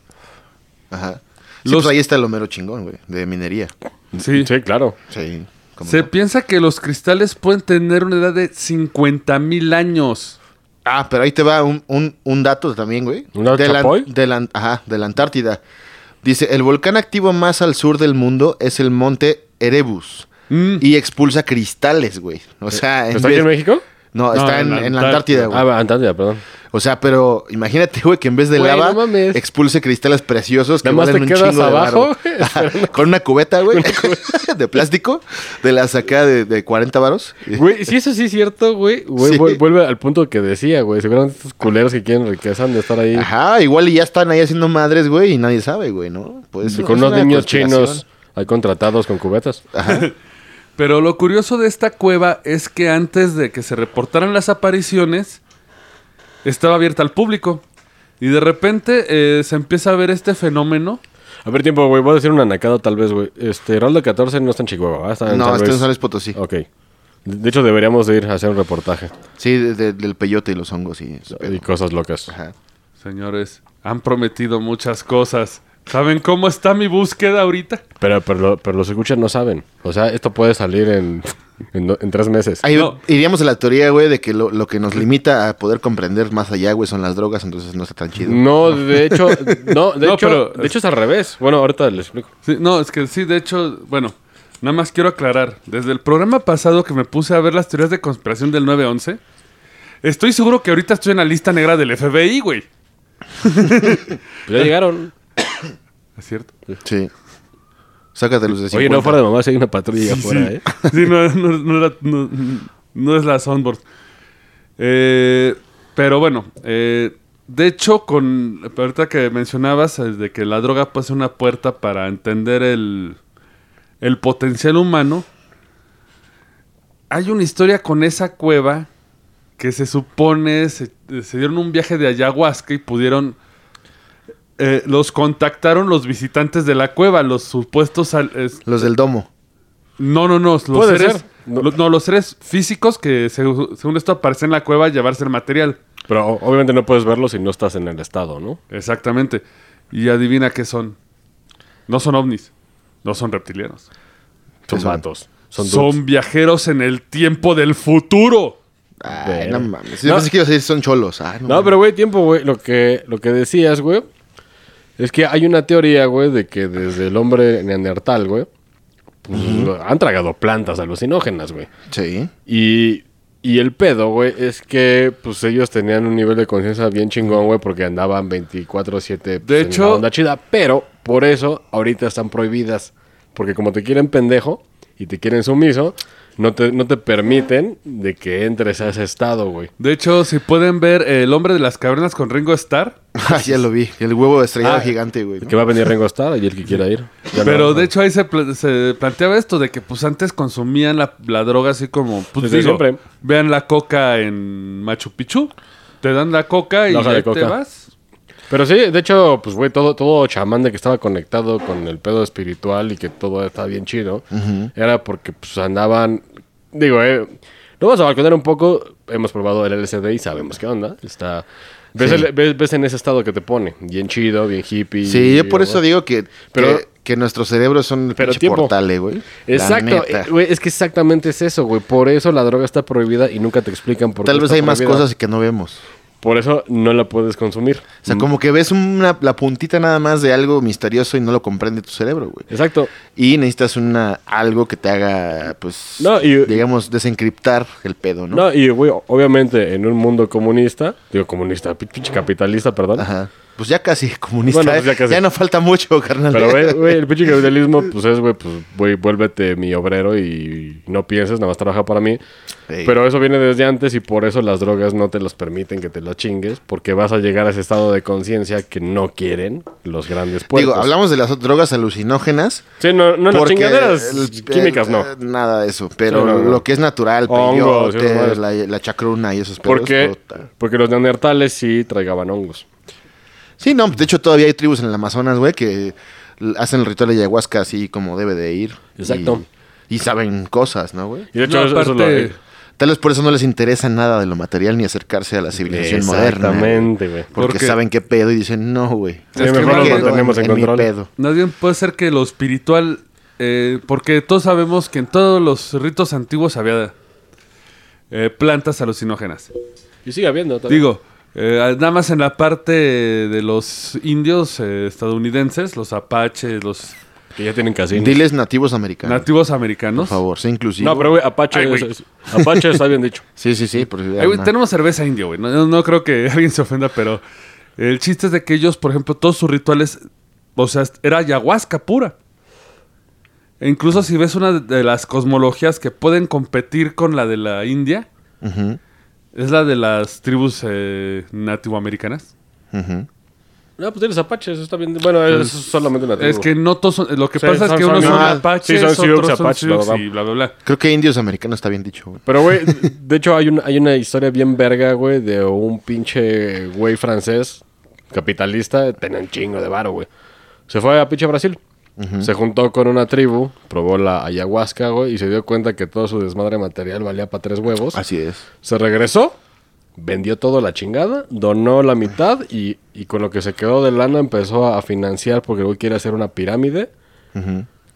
Ajá. Sí, Los- pues ahí está el homero chingón, güey, de minería. Sí. Sí, claro. Sí. ¿cómo Se no? piensa que los cristales pueden tener una edad de 50 mil años. Ah, pero ahí te va un, un- un dato también, güey. ¿Un dato de la, chapoy? de la- ajá, de la Antártida. Dice, el volcán activo más al sur del mundo es el monte Erebus. Mm. Y expulsa cristales, güey. O sea, en Eh, ¿Está aquí vez- en México? No, No, está en en, la en la Antártida, güey. Ah, Antártida, perdón. O sea, pero imagínate, güey, que en vez de Güey, lava, no mames. expulse cristales preciosos que Nada más valen te un quedas chingo de abajo, varo. güey, Ajá, Con una cubeta, güey, de plástico, de la sacada de, de 40 varos. Güey, si eso sí es cierto, güey. Güey, Sí. vuel- vuelve al punto que decía, güey. Seguramente estos culeros que quieren riqueza han de estar ahí Ajá, igual y ya están ahí haciendo madres, güey, y nadie sabe, güey, ¿no? Pues, con es unos una niños conspiración. chinos ahí contratados con cubetas. Pero lo curioso de esta cueva es que antes de que se reportaran las apariciones, estaba abierta al público. Y de repente eh, se empieza a ver este fenómeno. A ver, tiempo, güey. Voy a decir una anacada tal vez, güey. Este, Heraldo 14 no está en Chihuahua, ¿verdad? Está en No, San este Luis. en San Luis Potosí. Ah, Ok. De de hecho, deberíamos de ir a hacer un reportaje Sí, de- de- del peyote y los hongos y ese pedo. y cosas locas. Ajá. Señores, han prometido muchas cosas. ¿Saben cómo está mi búsqueda ahorita? Pero, pero, lo- pero los escuchas no saben. O sea, esto puede salir en, en, do- en tres meses. Ahí No. iríamos a la teoría, güey, de que lo, lo que nos limita a poder comprender más allá, güey, son las drogas, entonces no está tan chido. No, de hecho, no, de No, hecho, pero- de hecho es al revés. Bueno, ahorita les explico. Sí, no, es que sí, de hecho, bueno, nada más quiero aclarar. Desde el programa pasado que me puse a ver las teorías de conspiración del 9-11, estoy seguro que ahorita estoy en la lista negra del FBI, güey. Pues Eh, ya llegaron. ¿Es cierto? Sí. Sácatelos de 50. Oye, no fuera de mamá, si hay una patrulla afuera, ¿eh? Sí, no, no- no era- no- no es la soundboard. Eh, pero bueno, eh, de hecho, con ahorita que mencionabas eh, de que la droga puede ser una puerta para entender el, el potencial humano, hay una historia con esa cueva que se supone se, se dieron un viaje de ayahuasca y pudieron... eh, los contactaron los visitantes de la cueva, los supuestos al- es- Los del domo. no, no, no. Los Puede seres, ser. No. lo- no, los seres físicos que, se- según esto, aparecen en la cueva a llevarse el material. Pero o- obviamente no puedes verlo si no estás en el estado, ¿no? Exactamente. Y adivina qué son. No son ovnis. No son reptilianos. Son Eso. vatos. Son Son, dudes. viajeros en el tiempo del futuro. Ay, no mames. Yo No. pensé que ibas a decir son cholos. Ay, no, No, pero güey, tiempo, güey. Lo que, lo que decías, güey, es que hay una teoría, güey, de que desde el hombre neandertal, güey, pues, han tragado plantas alucinógenas, güey. mames. Sí. Y, y el pedo, güey, es que pues ellos tenían un nivel de conciencia bien chingón, güey, porque andaban 24-7 pues, De en la hecho- onda chida, pero por eso ahorita están prohibidas. Porque como te quieren pendejo y te quieren sumiso, no te, no te permiten de que entres a ese estado, güey. De hecho, si pueden ver eh, El hombre de las cavernas con Ringo Starr. Ah, ya lo vi. El huevo estrellado Ah, gigante, güey. ¿no? Que va a venir Rengo Starr y el que quiera ir. Ya pero no. de hecho ahí se, pla- se planteaba esto de que pues antes consumían la, la droga así como... Pues, Desde digo, siempre. Vean la coca en Machu Picchu. Te dan la coca y La hoja ya de te coca. vas. Pero sí, de hecho, pues güey, todo, todo chamán de que estaba conectado con el pedo espiritual y que todo estaba bien chido, era porque pues andaban, digo, eh, lo vamos a balconear un poco, hemos probado el LSD y sabemos qué onda, está... Ves, Sí. el- ves, ves en ese estado que te pone, bien chido, bien hippie. Sí, yo por eso digo que, Pero- que, que nuestros cerebros son el Pero pinche tiempo. portales, güey. La Exacto, neta. eh, güey, es que exactamente es eso, güey. Por eso la droga está prohibida y nunca te explican por qué. Tal vez está hay más prohibida. cosas que no vemos. Por eso no la puedes consumir. O sea, como que ves una, la puntita nada más de algo misterioso y no lo comprende tu cerebro, güey. Exacto. Y necesitas una algo que te haga, pues, No, y- digamos, desencriptar el pedo, ¿no? ¿no? y güey, obviamente en un mundo comunista, digo comunista, pi- pinche capitalista, perdón. Ajá. Pues ya casi comunista. Bueno, pues ¿eh? ya ya, casi. no falta mucho, carnal. Pero güey, güey, el pinche capitalismo, pues es, güey, pues güey, vuélvete mi obrero y no pienses, nada más trabaja para mí. Sí. Pero eso viene desde antes y por eso las drogas no te las permiten que te las chingues, porque vas a llegar a ese estado de conciencia que no quieren los grandes pueblos. Digo, hablamos de las drogas alucinógenas. Sí, no, no las porque chingaderas el- químicas, no. eh, Nada de eso. Pero Sí, no, no. lo que es natural, Hongos, peyote, esas madres. la, la chacruna y esos pedos. Porque, puta. porque los neandertales sí tragaban hongos. Sí, no, de hecho todavía hay tribus en el Amazonas, güey, que l- hacen el ritual de ayahuasca así como debe de ir. Exacto. Y, y saben cosas, ¿no, güey? Y de hecho, No, eso- eso lo- aparte- Tal vez por eso no les interesa nada de lo material ni acercarse a la civilización moderna. güey. Exactamente, güey. Porque, Porque- saben qué pedo y dicen, no, güey. Sí, mejor me nos quedo mantenemos en mi control. pedo. Más bien puede ser que lo espiritual, eh, porque todos sabemos que en todos los ritos antiguos había eh, plantas alucinógenas. Y sigue habiendo todavía. Digo, eh, nada más en la parte de los indios eh, estadounidenses, los apaches, los Que ya tienen casinos. Diles nativos americanos. nativos por americanos. favor, sé inclusivo. No, pero güey, Apache, Ay, güey. es- es- Apache está bien dicho. Sí, sí, sí. porque Ay, güey, no. tenemos cerveza indio, güey. No, no- no creo que alguien se ofenda, pero el chiste es de que ellos, por ejemplo, todos sus rituales, o sea, era ayahuasca pura. E incluso si ves una de- de las cosmologías que pueden competir con la de la India, Ujú, es la de las tribus eh, nativoamericanas. ujú. No, pues tienes Apache, eso está bien. Bueno, Pues, es solamente una tribu. Es que no todos son, lo que Sí, pasa es son- que son unos son animales. apaches, Sí, son sioux, otros son apaches, sioux bla, bla, y bla bla bla. Creo que indios americanos está bien dicho, güey. Pero, güey, de hecho hay una, hay una historia bien verga, güey, de un pinche güey francés capitalista. Tenía un chingo de varo, güey. Se fue a pinche Brasil. Se juntó con una tribu, probó la ayahuasca, güey, y se dio cuenta que todo su desmadre material valía para tres huevos. Así es. Se regresó, vendió todo la chingada, donó la mitad y, y con lo que se quedó de lana empezó a financiar porque el güey quiere hacer una pirámide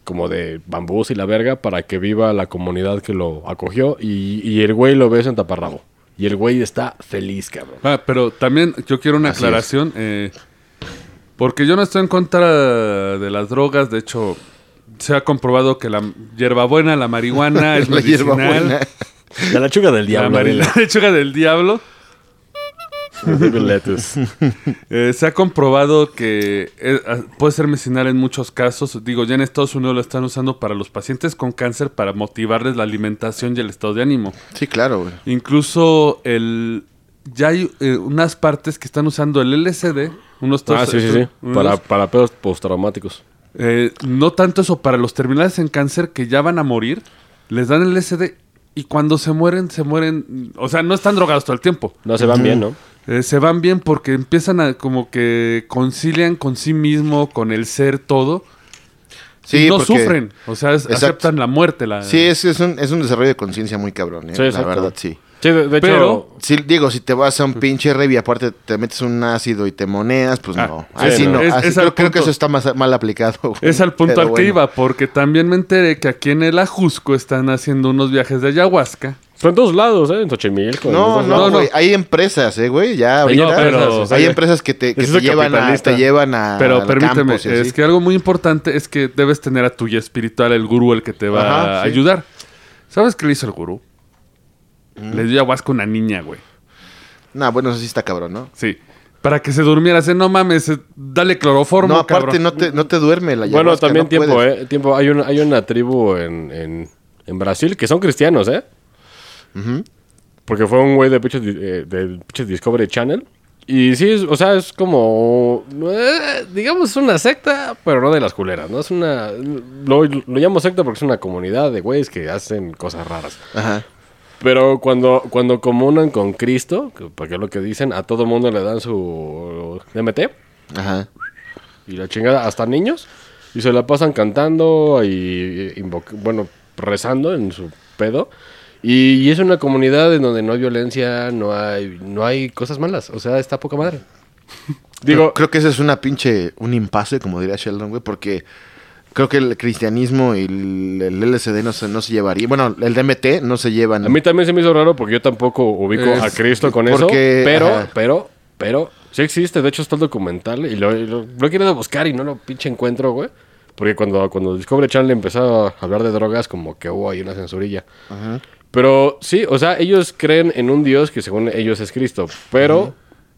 como de bambús y la verga para que viva la comunidad que lo acogió y, y el güey lo ves en taparrabo. Y el güey está feliz, cabrón. Ah, pero también yo quiero una Así aclaración. eh, porque yo no estoy en contra de las drogas. De hecho, se ha comprobado que la hierbabuena, la marihuana es la hierba medicinal. buena. De la chuga del La, mari- la lechuga del diablo. Eh, se ha comprobado que eh, ah, puede ser medicinal en muchos casos. Digo, ya en Estados Unidos lo están usando para los pacientes con cáncer para motivarles la alimentación y el estado de ánimo. Sí, claro, güey. Incluso el ya hay eh, unas partes que están usando el LSD, unos Ah, tos- sí, sí, sí. unos- Para, para pedos postraumáticos. eh, no tanto eso, para los terminales en cáncer que ya van a morir, les dan el LSD y cuando se mueren, se mueren, o sea, no están drogados todo el tiempo. No, se van bien, ¿no? Eh, se van bien porque empiezan a como que concilian con sí mismo, con el ser todo. Sí, y no porque- sufren, o sea, es- Exacto. aceptan la muerte. La, Sí, es, es un, es un desarrollo de conciencia muy cabrón, ¿eh? Sí, la exacto. verdad, sí. Sí, de, de hecho, Pero- Sí, digo, si te vas a un pinche rave y aparte te metes un ácido y te moneas, pues Ah, no. sí, Así no. no. Es- Así es al creo, creo que punto- eso está más, mal aplicado. güey. Es al punto Pero al que bueno. iba, porque también me enteré que aquí en el Ajusco están haciendo unos viajes de ayahuasca. son todos lados, ¿eh? En Xochimilco. en No, todos no, No, lados. no. güey. Hay empresas, ¿eh, güey? Ya ahorita. No, pero- hay empresas que te, que Es te eso llevan a, capitalista. te llevan a. Pero al permíteme, campus y así. es que algo muy importante es que debes tener a tu guía espiritual, el gurú, el que te va Ajá, a sí. ayudar. ¿Sabes qué le hizo el gurú? Mm. Le dio ayahuasca a una niña, güey. No, bueno, eso sí está cabrón, ¿no? Sí. Para que se durmiera, así, no mames, eh, dale cloroformo, no, aparte cabrón". no te, no te duerme la Bueno, ayahuasca, también no tiempo, puedes. ¿eh? Tiempo. Hay una, hay una tribu en, en, en Brasil que son cristianos, ¿eh? Porque fue un güey de pinche, di- eh, del pinche Discovery Channel. Y sí, es- o sea, es como. eh, digamos, es una secta, pero no de las culeras, ¿no? Es una. Lo, lo llamo secta porque es una comunidad de güeyes que hacen cosas raras. Ajá. Pero cuando, cuando comunan con Cristo, que- porque es lo que dicen, a todo mundo le dan su DMT Ajá. y la chingada, hasta niños, y se la pasan cantando y, invoc- bueno, rezando en su pedo. Y, y es una comunidad en donde no hay violencia, no hay, no hay cosas malas, o sea, está poca madre. Digo, Creo, creo que ese es una pinche, un impasse, como diría Sheldon, güey, porque creo que el cristianismo y el, el LSD no se, no se llevaría. Bueno, el DMT no se llevan. a mí también se me hizo raro porque yo tampoco ubico a Es- Cristo con porque- eso, pero, ajá. pero, pero, sí existe, de hecho está el documental y lo, y lo, lo he querido buscar y no lo pinche encuentro, güey. Porque cuando, cuando Discovery Channel empezó a hablar de drogas, como que hubo ahí una censurilla. Pero sí, o sea, ellos creen en un Dios que según ellos es Cristo, pero...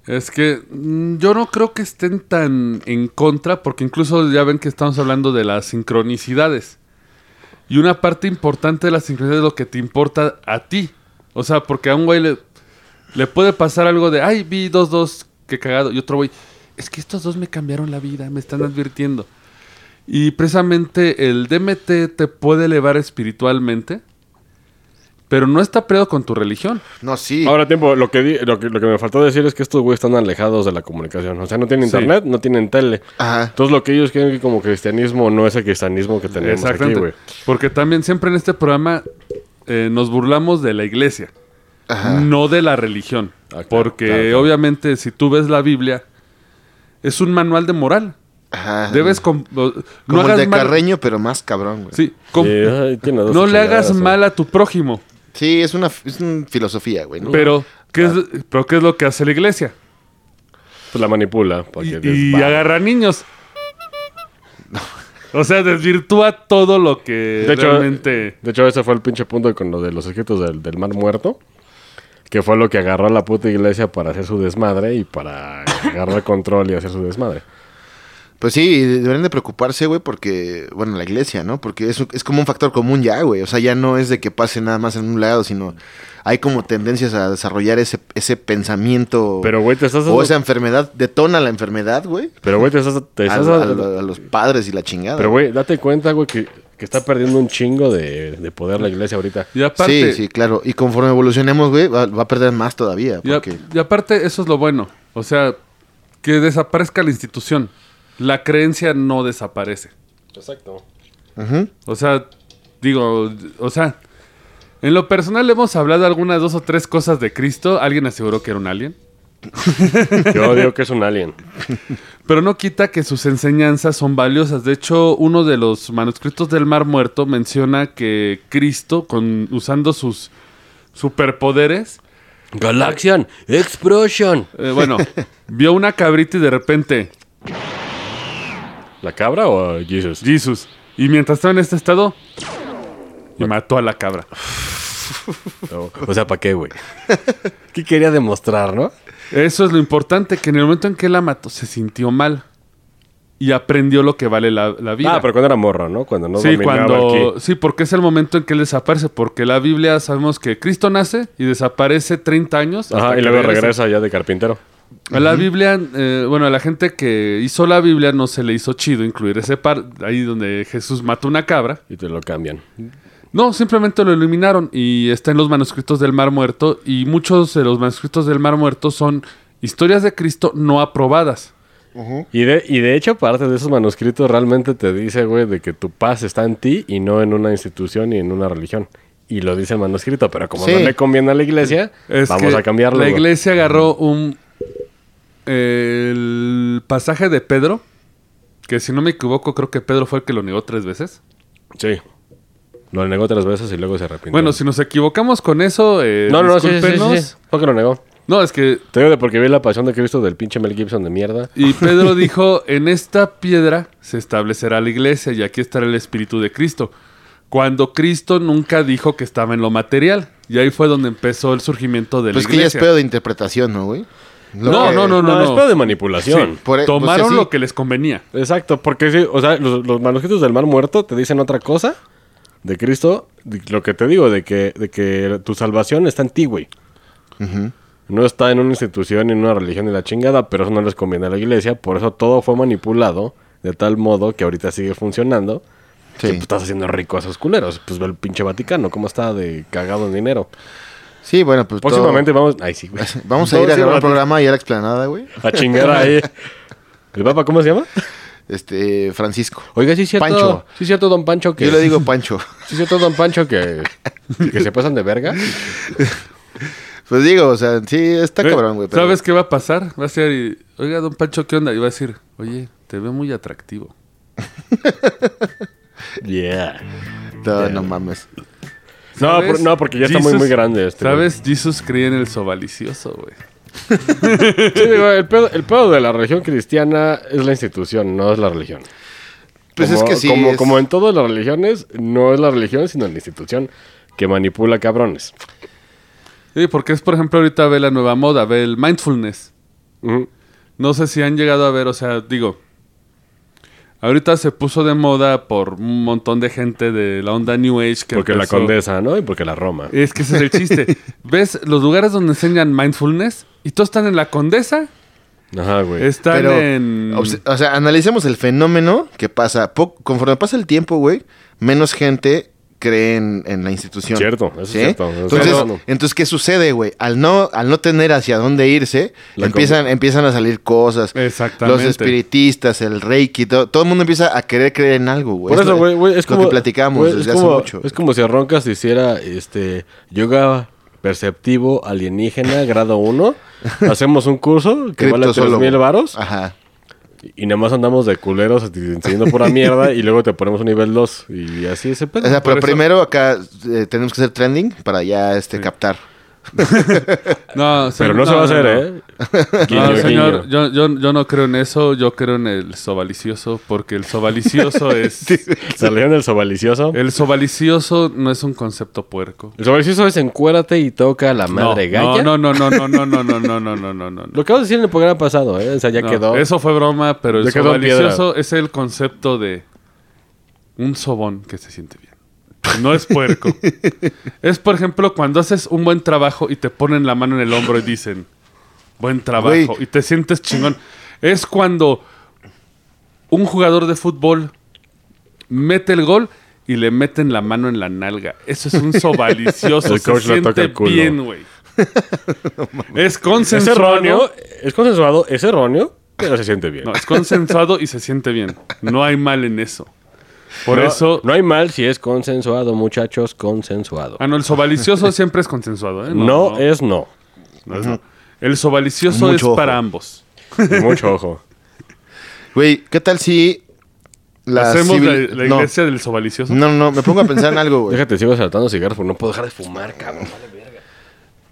Es que mm, yo no creo que estén tan en contra, porque incluso ya ven que estamos hablando de las sincronicidades. Y una parte importante de las sincronicidades es lo que te importa a ti. O sea, porque a un güey le, le puede pasar algo de, ay, vi dos, dos, qué cagado. Y otro güey, es que estos dos me cambiaron la vida, me están advirtiendo. Y precisamente el DMT te puede elevar espiritualmente, pero no está peleado con tu religión. No, sí. Ahora, tiempo, lo que, di- lo, que, lo que me faltó decir es que estos güeyes están alejados de la comunicación. O sea, no tienen Sí. internet, no tienen tele. Ajá. Entonces, lo que ellos creen que como cristianismo no es el cristianismo que tenemos aquí, Exactamente. güey. Porque también siempre en este programa eh, nos burlamos de la iglesia, Ajá. no de la religión. Ah, claro, porque claro, claro. obviamente si tú ves la Biblia, es un manual de moral. Ah. Ajá. Debes... com- o- Como el de mal- Carreño, pero más cabrón, güey. Sí, Sí, com- Eh, ay, tiene dos no le chingadas, hagas eh. mal a tu prójimo. es, una, es una filosofía, güey. ¿no? Pero ¿qué, es, Ah. pero ¿qué es lo que hace la iglesia? Pues la manipula. para Y, que y desbarate. agarra niños. O sea, desvirtúa todo lo que De hecho, realmente... de hecho, ese fue el pinche punto con lo de los escritos del, del mar muerto. Que fue lo que agarró a la puta iglesia para hacer su desmadre y para agarrar control y hacer su desmadre. Pues sí, deberían de preocuparse, güey, porque, bueno, la iglesia, ¿no? Porque es, es como un factor común ya, güey. O sea, ya no es de que pase nada más en un lado, sino hay como tendencias a desarrollar ese, ese pensamiento. Pero, güey, te estás O dando- esa enfermedad, detona la enfermedad, güey. Pero, güey, te estás, te A, estás- a- a- a los padres y la chingada. Pero, güey, date cuenta, güey, que, que está perdiendo un chingo de, de poder la iglesia ahorita. Y aparte, sí, sí, claro. Y conforme evolucionemos, güey, va, va a perder más todavía. Y, a- Porque... y aparte, eso es lo bueno. O sea, que desaparezca la institución. la creencia no desaparece. Exacto. O sea, digo, o sea, en lo personal hemos hablado algunas dos o tres cosas de Cristo. Alguien aseguró que era un alien. Yo digo que es un alien. Pero no quita que sus enseñanzas son valiosas. De hecho, uno de los manuscritos del Mar Muerto menciona que Cristo, con, usando sus superpoderes, Galaxian Explosion. eh, bueno, vio una cabrita y de repente, ¿La cabra o Jesus? Jesus. Y mientras estaba en este estado, y mató a la cabra. No. O sea, ¿para qué, güey? ¿Qué quería demostrar, no? Eso es lo importante, que en el momento en que la mató se sintió mal y aprendió lo que vale la, la vida. Ah, pero cuando era morro, ¿no? Cuando no sí, dominaba el cuando, ki. sí, porque es el momento en que él desaparece, porque la Biblia sabemos que Cristo nace y desaparece 30 años. hasta Ajá, y que luego regresa ya de carpintero. A la Biblia, eh, bueno, a la gente que hizo la Biblia no se le hizo chido incluir ese par, ahí donde Jesús mató una cabra. Y te lo cambian. No, simplemente lo eliminaron y está en los manuscritos del Mar Muerto y muchos de los manuscritos del Mar Muerto son historias de Cristo no aprobadas. Y de, y de hecho, parte de esos manuscritos realmente te dice, güey, de que tu paz está en ti y no en una institución y en una religión. Y lo dice el manuscrito, pero como Sí. no le conviene a la iglesia, Es vamos que a cambiarlo. La güey. iglesia agarró un. El pasaje de Pedro, que si no me equivoco, creo que Pedro fue el que lo negó tres veces. Sí. Lo negó tres veces y luego se arrepintió. Bueno, si nos equivocamos con eso, eh, No, no, no, sí, sí, sí, sí, discúlpenos. sí. Fue que lo negó. No, es que. Te digo de porque vi la pasión de Cristo del pinche Mel Gibson de mierda. Y Pedro dijo: En esta piedra se establecerá la iglesia y aquí estará el espíritu de Cristo. Cuando Cristo nunca dijo que estaba en lo material. Y ahí fue donde empezó el surgimiento de la Pues que ya es iglesia. pedo de interpretación, ¿no, güey? Lo No, que- no, no, no. es pedo de manipulación. Sí, Por- Tomaron pues, sí. lo que les convenía. Exacto, porque sí, o sea, los, los manuscritos del mar muerto te dicen otra cosa de Cristo, de- lo que te digo, de que, de que tu salvación está en ti, güey. No está en una institución, en una religión ni la chingada, pero eso no les conviene a la iglesia, por eso todo fue manipulado de tal modo que ahorita sigue funcionando. Sí. Que pues, estás haciendo rico a esos culeros. Pues ve el pinche Vaticano, cómo está de cagado en dinero. Sí, bueno, pues todo- Próximamente vamos. Ay, sí, güey. Vamos a ir a grabar un Próximamente- programa y a la explanada, güey. A chingar ahí. ¿El Papa cómo se llama? Este, Francisco. Oiga, sí es cierto. Pancho. Sí es cierto, don Pancho. Que, Yo le digo Pancho. Sí es cierto, don Pancho, que, que se pasan de verga. Pues digo, o sea, sí, está Eh, cabrón, güey. pero- ¿Sabes qué va a pasar? Va a ser, y, oiga, don Pancho, ¿qué onda? Y va a decir, oye, te veo muy atractivo. Yeah. No, no mames. No, ¿Sabes? por- no, porque ya está muy, Jesus- muy grande este. güey. ¿Sabes? Jesús creía en el sobalicioso, güey. Sí, digo, el, pedo, el pedo de la religión cristiana es la institución, no es la religión. Pues Como- es que sí. Como, es- como en todas las religiones, no es la religión, sino la institución que manipula cabrones. Sí, porque es, por ejemplo, ahorita ve la nueva moda, ve el mindfulness. Ujú. No sé si han llegado a ver, o sea, digo, ahorita se puso de moda por un montón de gente de la onda New Age. Que Porque la empezó- condesa, ¿no? Y porque la Roma. Es que ese es el chiste. ¿Ves los lugares donde enseñan mindfulness? Y todos están en la condesa, Ajá, güey. están Pero, en... obs- o sea, analicemos el fenómeno que pasa. Po- conforme pasa el tiempo, güey, menos gente cree en, en la institución. Cierto, eso es ¿Sí? cierto, eso es Entonces, cierto. entonces, ¿qué sucede, güey? Al no, al no tener hacia dónde irse, La empiezan, empiezan a salir cosas. Exactamente. Los espiritistas, el reiki, todo, todo el mundo empieza a querer creer en algo, güey. Por Es eso, lo- güey, güey, es lo como... que platicamos güey, es desde como- hace mucho. Es como si Roncas hiciera, este, yoga perceptivo alienígena grado 1. Hacemos un curso que vale Criptozoólogo. 3 mil varos Ajá. y nada más andamos de culeros enseñando pura mierda y luego te ponemos un nivel 2 y así ese O pedo. sea, Por pero eso- primero acá eh, tenemos que hacer trending para ya este captar. No, o sea, Pero no, se va a hacer, no. ¿eh? Guiño, no, señor, guiño. Yo, yo, yo no creo en eso, yo creo en el sobalicioso, porque el sobalicioso es... ¿Salieron el sobalicioso? El sobalicioso no es un concepto puerco. El sobalicioso es encuérate y toca la madre no, galla. no, no, no, no, no, no, no, no, no, no, no, no. Lo que vamos a decir en el programa pasado, ¿eh? O sea, ya No, quedó. Eso fue broma, pero el Ya quedó en sobalicioso es el concepto de un sobón que se siente bien. No es puerco. es, por ejemplo, cuando haces un buen trabajo y te ponen la mano en el hombro y dicen, buen trabajo, Güey. y te sientes chingón. Es cuando un jugador de fútbol mete el gol y le meten la mano en la nalga. Eso es un sobalicioso. El coach se le siente toca el culo. bien, güey. es Es consensuado. erróneo, es consensuado, es erróneo, pero se siente bien. No, es consensuado y se siente bien. No hay mal en eso. Por No- eso. No hay mal si es consensuado, muchachos, consensuado. Ah, no, el sobalicioso siempre es consensuado, ¿eh? no, es no. no es no. El sobalicioso Mucho es ojo. para ambos. Mucho ojo. Güey, ¿qué tal si la Hacemos civil- la, la no. iglesia del sobalicioso. No, no, no, me pongo a pensar en algo, güey. Déjate, sigo saltando cigarros porque no puedo dejar de fumar, cabrón.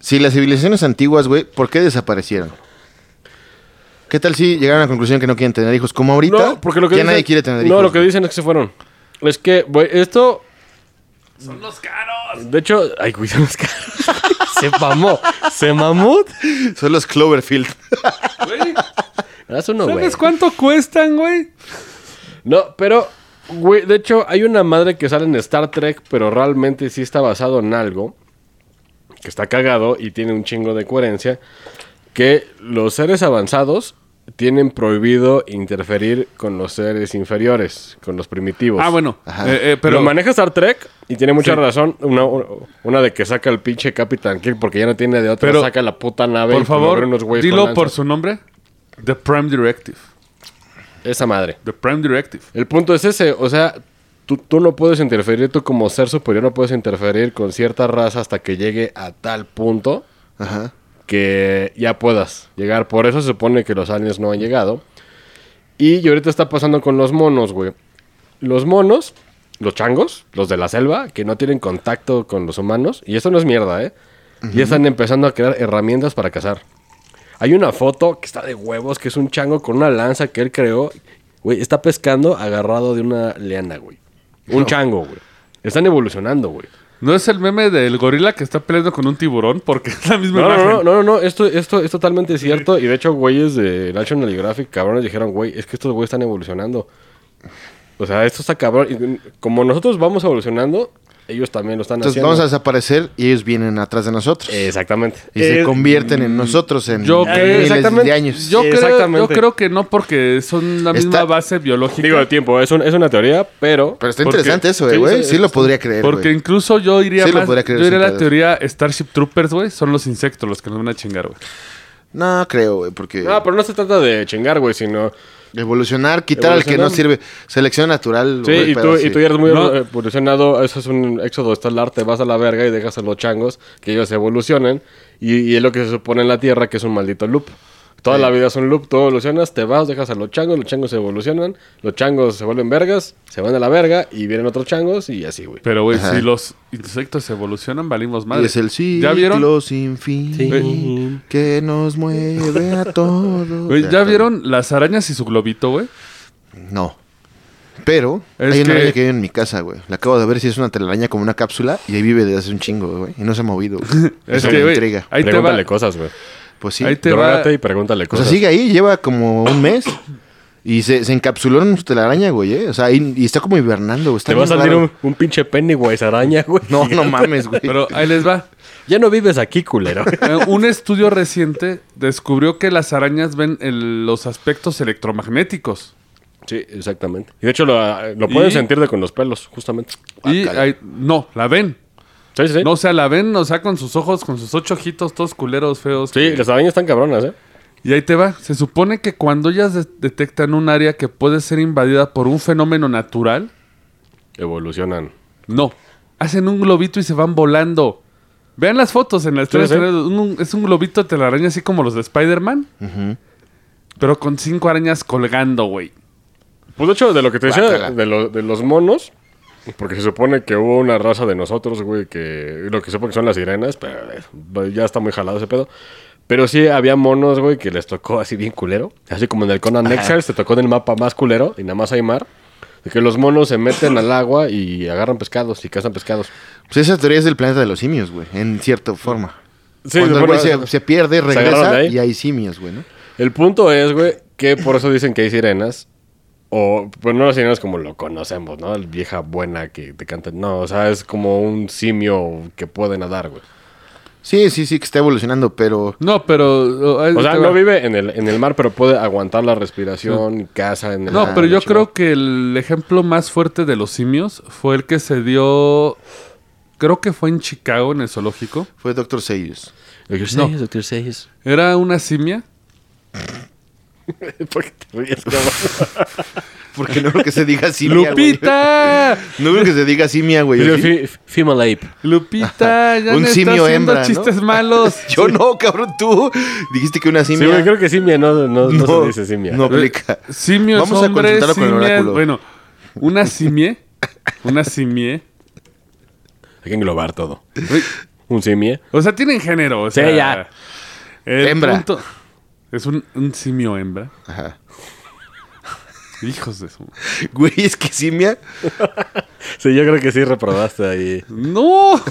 Si las civilizaciones antiguas, güey, ¿por qué desaparecieron? ¿Qué tal si llegaron a la conclusión que no quieren tener hijos? Como ahorita, No, porque lo que ya dicen- nadie quiere tener hijos. No, lo que dicen es que se fueron. Es que, güey, esto. Son los caros. De hecho, ay, güey, se nos cae. Se mamó. Se mamó. Son los Cloverfield. Güey, Haz uno, güey. ¿Sabes cuánto cuestan, güey? No, pero, güey, de hecho, hay una madre que sale en Star Trek, pero realmente sí está basado en algo que está cagado y tiene un chingo de coherencia. Que los seres avanzados tienen prohibido interferir con los seres inferiores, con los primitivos. Ah, bueno. Pues, Ajá. eh, eh, pero Lo maneja Star Trek y tiene mucha Sí. razón. Una, una de que saca el pinche Capitán Kirk porque ya no tiene de otra. Pero, saca la puta nave por y promueve favor, unos güeyes con dilo por lanzas. su nombre. The Prime Directive. Esa madre. The Prime Directive. El punto es ese, o sea, tú, tú no puedes interferir, tú como ser superior no puedes interferir con cierta raza hasta que llegue a tal punto Ajá. que ya puedas llegar. Por eso se supone que los aliens no han llegado. Y ahorita está pasando con los monos, güey. Los monos, los changos, los de la selva, que no tienen contacto con los humanos, y eso no es mierda, ¿eh? Ya están empezando a crear herramientas para cazar. Hay una foto que está de huevos, que es un chango con una lanza que él creó. Güey, está pescando agarrado de una leana, güey. Un chango, güey. Están evolucionando, güey. ¿No es el meme del gorila que está peleando con un tiburón? Porque es la misma No, no, imagen. no, no, no, no, esto, esto es totalmente cierto. Y de hecho, güeyes de National Geographic, cabrones, dijeron, güey, es que estos güeyes están evolucionando. O sea, esto está cabrón. Y Como nosotros vamos evolucionando, ellos también lo están Entonces haciendo. vamos a desaparecer y ellos vienen atrás de nosotros. Exactamente. y se eh, convierten en nosotros en yo creo- miles mm, exactamente. de años. Yo, creo, yo Exactamente. creo que no, porque son la misma Está- base biológica. Digo, el tiempo, es, un- es una teoría, pero... Pero está porque- interesante eso, eh, sí, güey. sí, Sí, sí, lo sí. podría creer, Porque güey. incluso yo iría Sí, lo más. podría creer Yo iría a la sin teoría Starship Troopers, güey. Son los insectos los que nos van a chingar, güey. No creo, güey, porque No, Ah, pero no se trata de chingar, güey, sino... evolucionar, quitar al que no Evolucionar. sirve. Selección natural. Sí, güey, y pero tú, sí. y tú ya eres muy No. evolucionado, eso es un éxodo estelar, te vas a la verga y dejas a los changos que ellos evolucionen y, y es lo que se supone en la Tierra que es un maldito loop. Toda Sí. la vida es un loop, tú evolucionas, te vas, dejas a los changos, los changos se evolucionan, los changos se vuelven vergas, se van a la verga y vienen otros changos y así, güey. Pero, güey, Ajá. si los insectos evolucionan, valimos Y madre. es el ¿Ya vieron? ciclo sin fin Sí. que nos mueve a todos. Güey, ¿Ya todo. vieron las arañas y su globito, güey? No. Pero Es hay una que- araña que vive en mi casa, güey. La acabo de ver si es una telaraña como una cápsula y ahí vive desde hace un chingo, güey. Y no se ha movido. güey. Es Eso que, me güey, intriga. ahí te va. pregúntale cosas, güey. Pues sí. ahí te va- Pues Drogate y pregúntale O sea, cosas. sigue ahí, lleva como un mes y se, se encapsuló en su telaraña, güey. ¿eh? O sea, ahí- y está como hibernando, güey. Está te va a bien salir raro. un, un pinche Pennywise araña, güey. No, no mames, güey. Pero ahí les va. Ya no vives aquí, culero. Eh, Un estudio reciente descubrió que las arañas ven el- los aspectos electromagnéticos. sí, exactamente. Y de hecho lo, lo pueden Y- sentir de con los pelos, justamente. Y Guácala. ahí- no, la ven. Sí, sí, sí. No, o sea, la ven, o sea, con sus ojos, con sus ocho ojitos, todos culeros, feos. Sí, las arañas están cabronas, ¿eh? Y ahí te va. Se supone que cuando ellas de- detectan un área que puede ser invadida por un fenómeno natural, Evolucionan. no. Hacen un globito y se van volando. Vean las fotos en la historia. Sí, sí. es un globito de telaraña así como los de Spider-Man. Pero con cinco arañas colgando, güey. Pues de hecho, de lo que te decía Guácala. de, lo- de los monos, porque se supone que hubo una raza de nosotros, güey, que lo que supo que son las sirenas, pero eh, ya está muy jalado ese pedo. Pero sí había monos, güey, que les tocó así bien culero. Así como en el Conan Exiles, te tocó en el mapa más culero y nada más hay mar. De que los monos se meten al agua y agarran pescados y cazan pescados. Pues esa teoría es del planeta de los simios, güey. En cierta forma. Sí, Cuando el bueno, güey se, se pierde, agarraron regresa de ahí. y hay simios, güey, ¿no? El punto es, güey, que por eso dicen que hay sirenas. O, pues no las sirenas como lo conocemos, ¿no? El vieja buena que te canta. No, o sea, es como un simio que puede nadar, güey. Sí, sí, sí, que está evolucionando, pero No, pero... oh, ahí O sea, te va. no vive en el, en el mar, pero puede aguantar la respiración, y caza en el No, mar, pero yo la creo que el ejemplo más fuerte de los simios fue el que se dio, creo que fue en Chicago, en el zoológico. fue Doctor Seuss. chingada. No. Era una simia ¿Por qué te ríes, cabrón? Porque no creo que se diga simia, güey. ¡Lupita! No creo que se diga simia, güey. ¿o sí? Female ape. ¡Lupita! Ya Un me simio está haciendo hembra, ¿no? chistes malos. Yo no, cabrón, tú dijiste que una Sí, simia. güey, creo que simia no, no, no se dice simia. No aplica. Simios, Vamos a hombres, consultarlo con el simias- oráculo. Bueno, una simie. Una simie. Hay que englobar todo. Un simie. O sea, tienen género. O Sí, sea, ya. el Hembra. punto- es un, un simio hembra. Ajá. Hijos de su. Güey, es que simia. Sí, yo creo que sí reprobaste ahí. ¡No!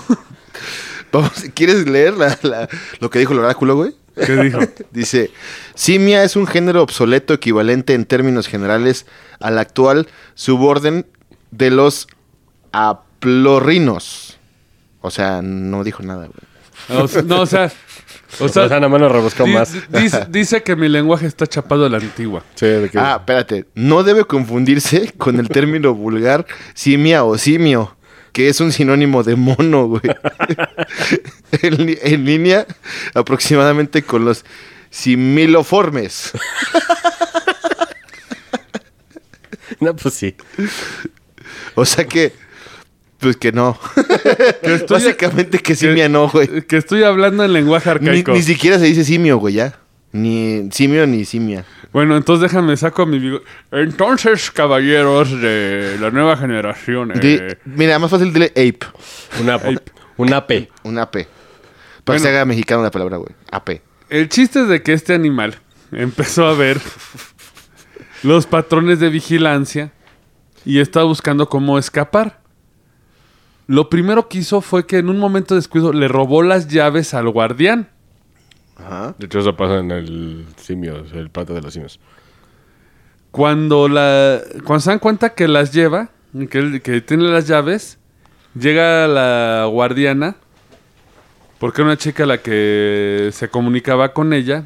Vamos, ¿quieres leer la- la- lo que dijo el oráculo, güey? ¿Qué dijo? Dice, simia es un género obsoleto equivalente en términos generales al actual suborden de los aplorrinos. O sea, no dijo nada, güey. O sea, no, o sea. O O sea, sea, nada más lo rebuscó di- más. dice, dice que mi lenguaje está chapado a la antigua. Sí, de que... Ah, espérate. No debe confundirse con el término vulgar simia o simio, que es un sinónimo de mono, güey. en, li- en línea aproximadamente con los similoformes. No, pues sí. O sea que, pues que no. Que estoy, Básicamente que simia no, güey. que estoy hablando en lenguaje Ni, arcaico. ni siquiera se dice simio, güey, ya. Ni simio ni simia. Bueno, entonces déjame saco mi bigo- Entonces, caballeros de la nueva generación. eh, Di- mira, más fácil dile ape, Un ape. Un ape. un ape. Bueno. Para que se haga mexicano la palabra, güey. Ape. El chiste es de que este animal empezó a ver los patrones de vigilancia y está buscando cómo escapar. Lo primero que hizo fue que en un momento de descuido le robó las llaves al guardián. Ajá. De hecho, eso pasa en el simio, el plato de los simios. Cuando, la, cuando se dan cuenta que las lleva, que, él- que tiene las llaves, llega la guardiana, porque era una chica la que se comunicaba con ella,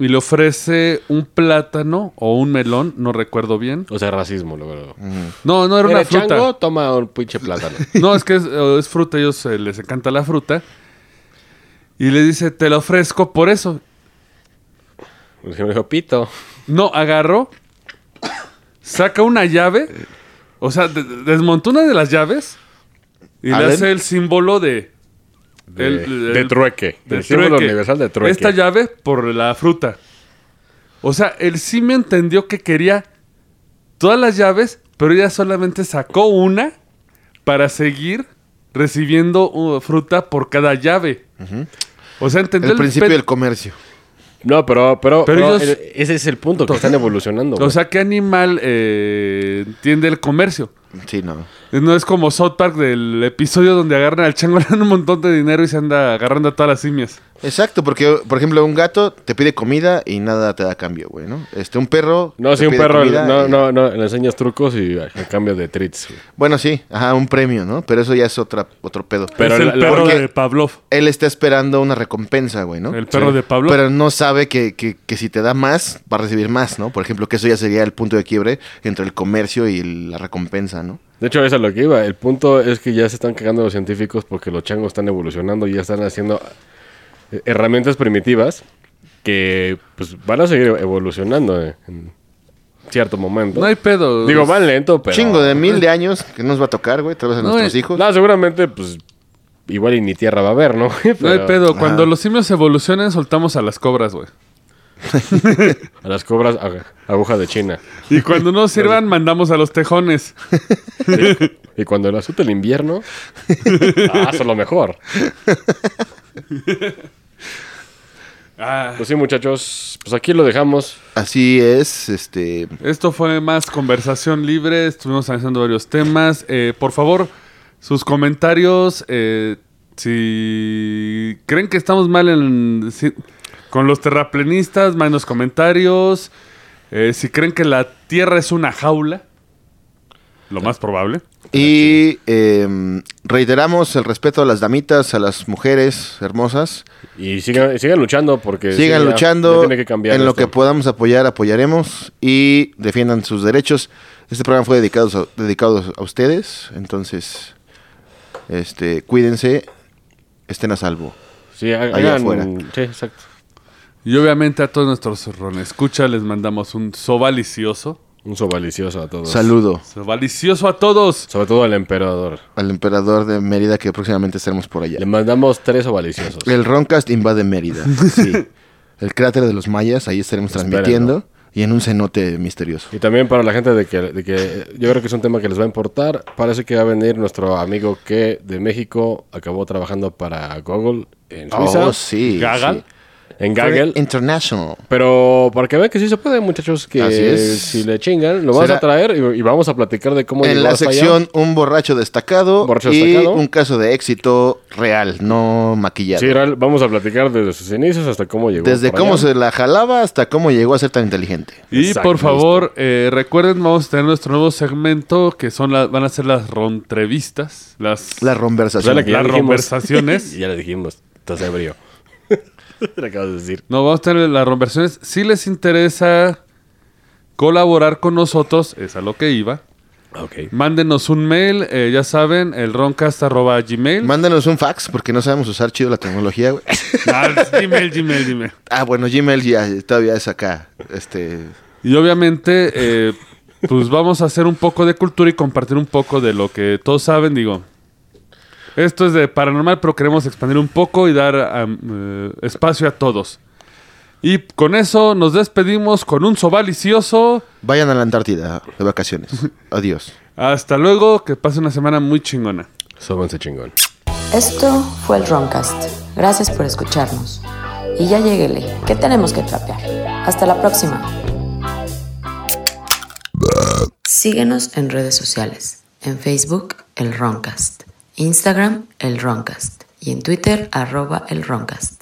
y le ofrece un plátano o un melón, no recuerdo bien. O sea, racismo, lo creo. No, no era una ¿Eres fruta. chango? Toma un pinche plátano. No, es que es, eh, es fruta, a ellos eh, les encanta la fruta. Y le dice, te la ofrezco por eso. El simio dijo, pito. No, agarró, saca una llave, o sea, de- de- desmontó una de las llaves y le A ver. hace el símbolo de... De, el- de el- trueque. de Del símbolo trueque. universal de trueque. Esta llave por la fruta. O sea, él sí me entendió que quería todas las llaves, pero ella solamente sacó una para seguir recibiendo uh, fruta por cada llave. O sea, entendió El principio pe- del comercio. No, pero, pero, Pero pero ellos- el- ese es el punto, que están evolucionando. O güey. sea, ¿qué animal eh, entiende el comercio? Sí, no. No es como South Park del episodio donde agarran al chango, le dan un montón de dinero y se anda agarrando a todas las simias. Exacto, porque, por ejemplo, un gato te pide comida y nada te da cambio, güey, ¿no? Este, un perro. no, te sí, un pide perro comida no, y- no, no, le enseñas trucos y a cambio de treats. güey. Bueno, sí, ajá, un premio, ¿no? Pero eso ya es otra, otro pedo. Pero es el la- la- perro porque- de Pavlov. Él está esperando una recompensa, güey, ¿no? El perro de Pablo. Pero no sabe que, que- que si te da más, va a recibir más, ¿no? Por ejemplo, que eso ya sería el punto de quiebre entre el comercio y la recompensa, ¿no? De hecho, eso es lo que iba. El punto es que ya se están cagando los científicos porque los changos están evolucionando y ya están haciendo eh, herramientas primitivas que pues van a seguir evolucionando eh, en cierto momento. no hay pedo. Digo, van lento, pero... Chingo de mil de años que nos va a tocar, güey, tal vez a No, nuestros eh, hijos. No, seguramente, pues, igual y ni tierra va a haber, ¿no? No hay Pero pedo. Cuando los simios evolucionen, soltamos a las cobras, güey. A las cobras ag- aguja de China. Y cuando no sirvan, mandamos a los tejones. Y cuando lo asusta el invierno, ah, eso es lo mejor. Ah, Pues sí, muchachos, pues aquí lo dejamos. Así es, este. esto fue más conversación libre. Estuvimos analizando varios temas. Eh, por favor, sus comentarios. eh, si creen que estamos mal en- si- con los terraplenistas, mándenos comentarios. Eh, si creen que la Tierra es una jaula, lo más probable. Y eh, reiteramos el respeto a las damitas, a las mujeres hermosas. Y sigan, sigan luchando porque... sí, Sigan ya- ya luchando. tiene que cambiar en lo esto. que podamos apoyar, apoyaremos. Y defiendan sus derechos. Este programa fue dedicado a, dedicado a ustedes. Entonces, este, cuídense. Estén a salvo. Sí, ha- Allá hagan- afuera. Sí, exacto. Y obviamente a todos nuestros ronescuchas les mandamos un sobalicioso. Un sobalicioso a todos. Saludo Sobalicioso a todos. Sobre todo al emperador. al emperador de Mérida que próximamente estaremos por allá. Le mandamos tres sobaliciosos. El Roncast invade Mérida. Sí. El cráter de los mayas, ahí estaremos Espérenlo. transmitiendo. Y en un cenote misterioso. Y también para la gente de que, de que yo creo que es un tema que les va a importar. Parece que va a venir nuestro amigo que de México acabó trabajando para Google en Suiza, Oh, sí. Gaga. sí. en Gaggle. International. Pero para que vean que sí se puede, muchachos, que Así es. si le chingan, lo vamos Será- a traer y, y vamos a platicar de cómo En llegó la hasta allá. sección un borracho destacado Borracho y destacado. un caso de éxito real, no maquillado. Sí, real, vamos a platicar desde sus inicios hasta cómo llegó. Desde para cómo allá. se la jalaba hasta cómo llegó a ser tan inteligente. Y Exacto, por favor, eh, recuerden, vamos a tener nuestro nuevo segmento que son las van a ser las rontrevistas. Las, La O sea, conversación. Pues, la que ya Las dijimos. conversaciones. ya le dijimos, estás ebrio. le acabas de decir. No, vamos a tener las rontreversiones. Si les interesa colaborar con nosotros, es a lo que iba. Ok. Mándenos un mail, eh, ya saben, el roncast.gmail. Mándanos un fax porque no sabemos usar chido la tecnología. güey. Ah, Gmail, Gmail, Gmail. ah, bueno, Gmail ya todavía es acá. Este, Y obviamente, eh, pues vamos a hacer un poco de cultura y compartir un poco de lo que todos saben. Digo, esto es de paranormal, pero queremos expandir un poco y dar am, eh, espacio a todos. Y con eso nos despedimos con un sobalicioso. vayan a la Antártida de vacaciones. Adiós. Hasta luego, que pase una semana muy chingona. Sóbanse chingón. Esto fue el Roncast. Gracias por escucharnos. Y ya lleguele, que tenemos que trapear. Hasta la próxima. Síguenos en redes sociales. En Facebook, El Roncast. Instagram, El Roncast. Y en Twitter, arroba El Roncast.